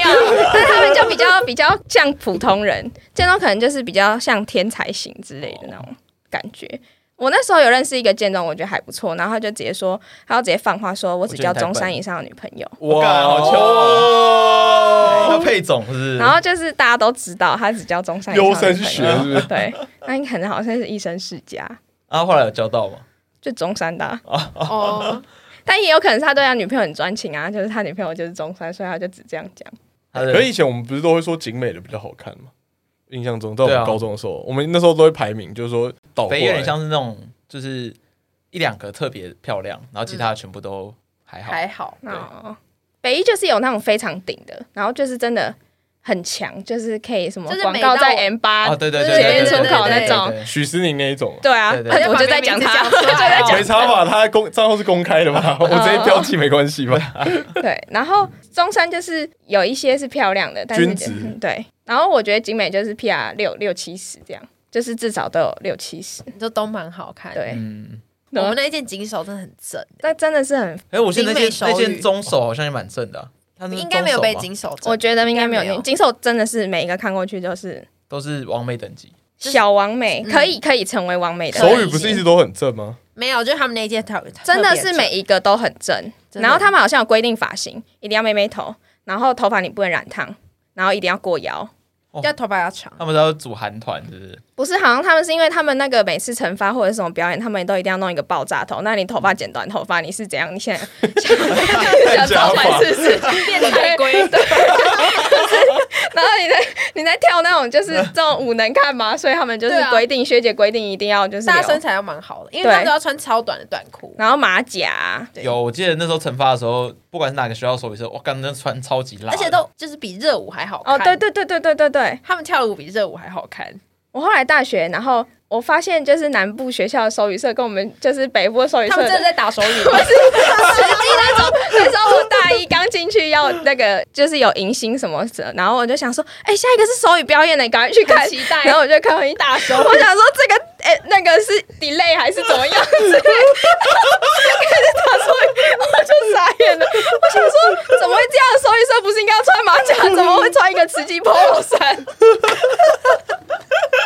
S4: 但他们就比较比较像普通人，建中可能就是比较像天才型之类的那种感觉。我那时候有认识一个建中，我觉得还不错，然后他就直接说，他要直接放话说，我只
S1: 我觉得你
S4: 交
S1: 太
S4: 中山
S1: 笨
S4: 以上的女朋友。
S1: 干
S3: 哇，
S1: 好
S3: 好啊
S1: 糗哦要配种是不是？
S4: 然后就是大家都知道他只教中山以上
S3: 优
S4: 的
S3: 生
S4: 朋友
S3: 学是不是？
S4: 对，那你可能好像是医生世家，
S1: 然后后来有交到吗？
S4: 就中山的啊、
S7: 哦，
S3: [laughs]
S4: 但也有可能是他对他女朋友很专情啊，就是他女朋友就是中山，所以他就只这样讲。
S1: 他的
S3: 可以前我们不是都会说景美的比较好看吗？印象中，在我
S1: 对
S3: 们
S1: 啊
S3: 高中的时候，我们那时候都会排名，就是说倒过
S1: 肥有点
S3: 来。
S1: 像是那种就是一两个特别漂亮，然后其
S4: 嗯
S1: 他的全部都还好。
S7: 还好，
S4: 哦，北一就是有那种非常顶的，然后就是真的很强，就是可以什么
S7: 就是
S4: 广
S7: 美
S4: 告
S7: 到
S4: 在
S7: 我
S4: M 八、
S1: 啊，对对对
S4: 检
S1: 对
S4: 验
S1: 对
S4: 出
S1: 对
S4: 口
S1: 对
S4: 那
S1: 对
S4: 种。
S1: 对
S3: 许思宁那一种，
S4: 对啊，
S1: 对对
S4: 我就在讲他，我就在
S3: 没
S4: 讲
S3: 差吧？他公账号是公开
S1: [laughs]
S3: 的吧？
S1: 啊
S3: 我直接标记没关系吧？
S4: [laughs] 对，然后中山就是有一些是漂亮的，但是
S3: 均值
S4: 嗯对，然后我觉得景美就是 PR 六六七十这样，就是至少都有六七十，
S7: 你就都蛮好看。，
S4: 对，
S1: 嗯，
S7: 我们那一件锦手真的很正，
S4: 但真的是很，
S1: 哎，我现在那
S7: 精美手
S1: 件
S7: 语
S1: 那件中手好像也蛮正的啊，他
S7: 应该没有被
S1: 金，
S7: 锦手正，
S4: 我觉得应该没有
S7: 应该没
S4: 念
S7: 有
S4: 金手真的是每一个看过去就是嗯
S1: 都是完美等级。
S7: 就是
S4: 小王美，可以可以成为王美
S7: 呃
S4: 的，
S3: 手语不是一直都很正吗？
S7: 没有，就是他们那一件特
S4: 真的是每
S7: 美，
S4: 一个都很正，
S7: 真的
S4: 然后他们好像有规定发型，一定要妹妹头，然后头发你不能染烫，然后一定要过腰。
S7: 要头发要长。
S1: 他们都要组韩团，是不是？
S4: 不是，好像他们是因为他们那个每次惩罚或者什么表演，他们都一定要弄一个爆炸头。那你头发剪短头发，你是怎样？你现在想想爆满是不是？变
S7: 太
S4: 龟对。然后你在你在跳那种就是这种舞能看吗？所以他们就是
S7: 对啊
S4: 规定学姐规定一定要就是
S7: 大家
S4: 留
S7: 身材要蛮好的，因为他们都要穿超短的短裤。
S4: 然后马甲，啊
S7: 对
S1: 有，我记得那时候惩罚的时候，不管是哪个学校手语社，我刚刚穿超级辣的，
S7: 而且都就是比热舞还好看。
S4: 哦，对，对对对对对对。
S7: 他们跳的舞比热舞还好看。
S4: 我后来大学，然后我发现就是南部学校的手语社跟我们就是北部的手语社
S7: 他们真的在打手语，
S4: 实际那种，那时候我大一刚进去要那个就是有迎新什么的，然后我就想说，哎、下一个是手语表演呢，赶快去看
S7: 很。期待。
S4: 然后我就看完一大手，我想说这个哎、那个是 delay 还是怎么样 [laughs] 之类的，开始打手语，我就傻眼了。我想说怎么会这样？手语社不是应该要穿马甲，怎么会穿一个雌激 polo 衫？ [laughs]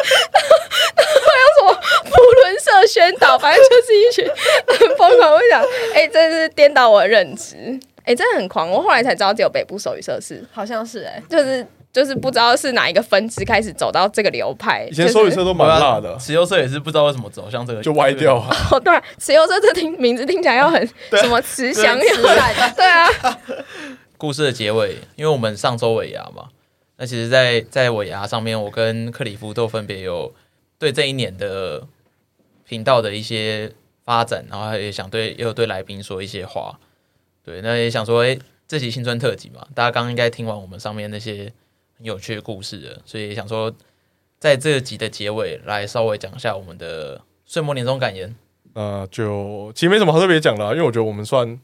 S4: 然后然后还有什么普伦社宣导，反正就是一群很 [laughs] 疯狂。我想，哎、真是颠倒我的认知，哎、真的很狂。我后来才知道只有北部手语社是。
S7: 好像是哎，
S4: 就是就是不知道是哪一个分支开始走到这个流派。
S3: 以前手语
S4: 就是
S3: 社都蛮辣的，
S1: 持优社也是不知道为什么走向这个，
S3: 就歪掉。 [laughs] 啊。
S4: [laughs] 哦，对、啊，慈幼社这听名字听起来要很什么慈祥
S7: 对慈
S4: 呀，对啊，
S1: 故事的结尾，因为我们上周尾牙嘛，那其实在，在尾牙上面，我跟克里夫都分别有对这一年的频道的一些发展，然后也想对也有对来宾说一些话。对，那也想说，哎、这期新春特辑嘛，大家刚刚应该听完我们上面那些很有趣的故事了，所以也想说，在这集的结尾来稍微讲一下我们的岁末年终感言。
S3: 呃，就其实没什么好特别讲的啊，因为我觉得我们算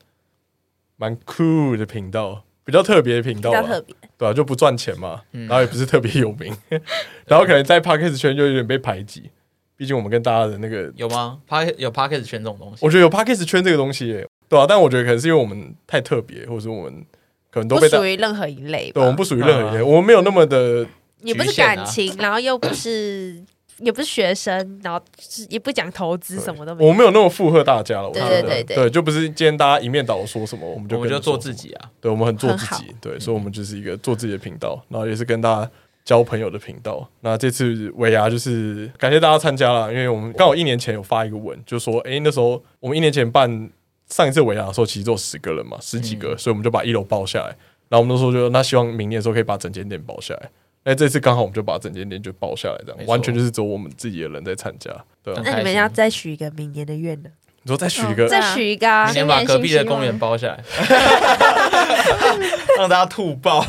S3: 蛮酷的频道，比较特别的频
S7: 比
S3: 道
S7: 较
S3: 啦，
S7: 特别。
S3: 对啊，就不赚钱嘛，然后也不是特别有名， [laughs] 然后可能在 podcast 圈就有点被排挤，毕竟我们跟大家的那个，
S1: 有吗 p a 有 p a r k e s 圈这种东西
S3: 我，觉得有 podcast 圈这个东西耶，对啊，但我觉得可能是因为我们太特别，或者是我们可能都
S7: 不
S3: 被大，
S7: 属
S3: 对，
S7: 于任何一类吧，
S3: 我们不属于任何一类，
S1: 啊
S3: 我们没有那么的
S7: 也不是
S1: 局限啊
S7: 感情，然后又不是
S8: 也不是学生，然后就是也不讲投资，什么都没
S3: 我
S8: 有。
S3: 没有那么附和大家了。我
S6: 对
S3: 觉得
S6: 对对对
S3: 对，就不是今天大家一面倒说什么，我们就
S1: 我们就
S3: 跟着说
S1: 做自己啊。
S3: 对，我们很做自
S8: 很好
S3: 己，对，所以我们就是一个做自己的频道，然后也是跟大家交朋友的频道。那这次尾牙就是感谢大家参加了，因为我们刚好一年前有发一个文，就说，诶，那时候我们一年前办上一次尾牙的时候，其实只有十个人嘛，十
S1: 嗯
S3: 几个，所以我们就把一楼包下来。然后我们那时候就，那希望明年的时候可以把整间店包下来。那这次刚好我们就把整间店就包下来，这
S1: 没
S3: 样
S1: 错
S3: 完全就是只有我们自己的人在参加，对啊
S1: 嗯。
S8: 那你们要再许一个明年的愿呢？
S3: 你说再许一个，
S8: 再许一个啊
S1: 明！天把隔壁的公园包下来， [laughs] 让大家吐爆。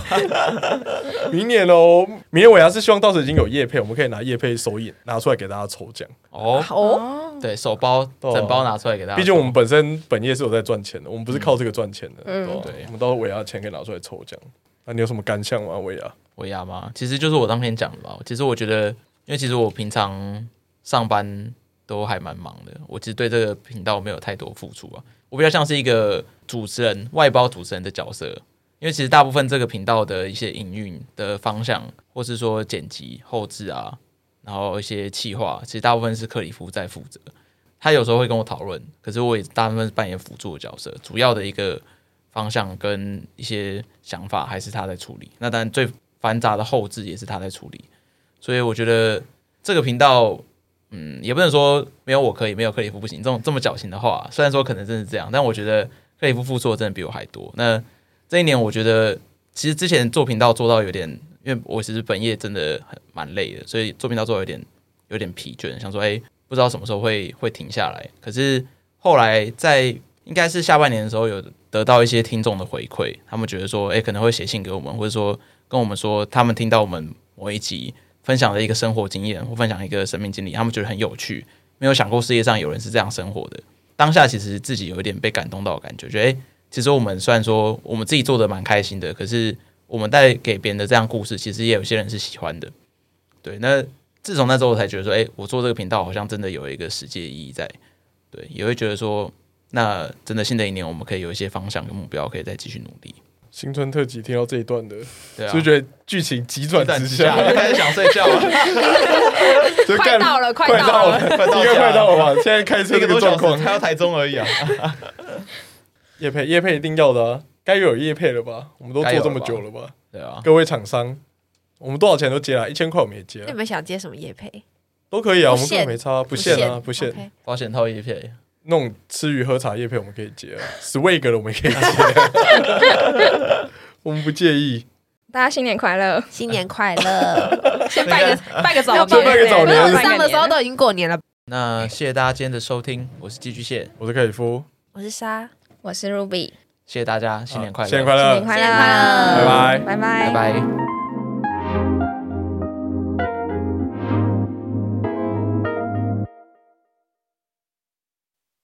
S3: 明年哦，明年尾牙是希望到时候已经有叶配，我们可以拿叶配收益拿出来给大家抽奖。
S1: 哦，
S6: 哦，
S1: 对手包
S3: 对啊
S1: 整包拿出来给大家。
S3: 毕竟我们本身本业是有在赚钱的，我们不是靠这个赚钱的。
S4: 嗯
S3: 对吧，我们到时候尾牙的钱可以拿出来抽奖。那你有什么感想吗？尾牙？
S1: 尾牙吗？其实就是我当天讲的吧。其实我觉得，因为其实我平常上班都还蛮忙的，我其实对这个频道没有太多付出啊。我比较像是一个主持人、外包主持人的角色，因为其实大部分这个频道的一些营运的方向，或是说剪辑、后置啊，然后一些企划，其实大部分是克里夫在负责。他有时候会跟我讨论，可是我也大部分是扮演辅助的角色，主要的一个方向跟一些想法还是他在处理。那当然最繁杂的后置也是他在处理，所以我觉得这个频道，嗯，也不能说没有我可以，没有克里夫不行这种这么矫情的话。虽然说可能真的是这样，但我觉得克里夫付出的真的比我还多。那这一年，我觉得其实之前做频道做到有点，因为我其实本业真的很蛮累的，所以做频道做到有点有点疲倦，想说哎、不知道什么时候会会停下来。可是后来在应该是下半年的时候，有得到一些听众的回馈，他们觉得说，哎、可能会写信给我们，或者说跟我们说，他们听到我们某一集分享的一个生活经验或分享一个生命经历，他们觉得很有趣，没有想过世界上有人是这样生活的。当下其实自己有一点被感动到的感觉，觉得哎、诶其实我们虽然说我们自己做的蛮开心的，可是我们带给别人的这样故事，其实也有些人是喜欢的。对，那自从那之后，我才觉得说，哎、我做这个频道好像真的有一个实际的意义在。对，也会觉得说，那真的新的一年我们可以有一些方向跟目标，可以再继续努力。
S3: 新春特辑听到这一段的，
S1: 对啊，
S3: 是不是觉得剧情急转
S1: 蛋
S3: 直
S1: 之下
S3: 下？
S1: 就开始想睡觉
S3: [laughs]
S1: 了，
S3: 就
S7: 快
S3: 干
S7: 到了，快
S3: 快
S7: 到
S3: 到
S7: 了。
S3: 了，应该快到了吧？现在开车
S1: 一个
S3: 这个
S1: 多
S3: 状
S1: 小
S3: 况
S1: 时，开到台中而已
S3: [laughs]
S1: 啊。
S3: 叶配叶配一定要的啊，该有叶配了吧？我们都做这么久了吧？
S1: 对啊，
S3: 各位厂商，我们多少钱都接了，一千块我们也接
S8: 你
S3: 啊，
S8: 们想接什么业配？
S3: 都可以啊，我
S8: 不
S3: 们
S8: 限
S3: 根本没差啊，不限啊，不限。
S8: OK
S1: [laughs] 保险套叶片，
S3: 那种吃鱼喝茶叶片我们可以接啊 [laughs] ，swag 的我们也可以接，
S1: [laughs]
S3: 我们不介意。
S4: 大家新年快乐！
S8: 新年快乐！
S4: [laughs]
S7: 先拜个拜个早
S4: 要
S7: 年，
S4: 拜
S3: 个早
S8: 我
S3: 年
S8: 们
S4: 拜个
S8: 上的时候都已经过年了。
S1: 那谢谢大家今天的收听，我是寄居蟹，
S3: 我是克里夫，
S8: 我是莎，
S4: 我是 Ruby，
S1: 谢谢大家，新年快乐，
S3: 呃新年快
S4: 新
S3: 乐
S4: 年，快
S8: 新年快
S4: 乐，
S3: 拜拜。
S4: 拜拜
S1: 拜拜。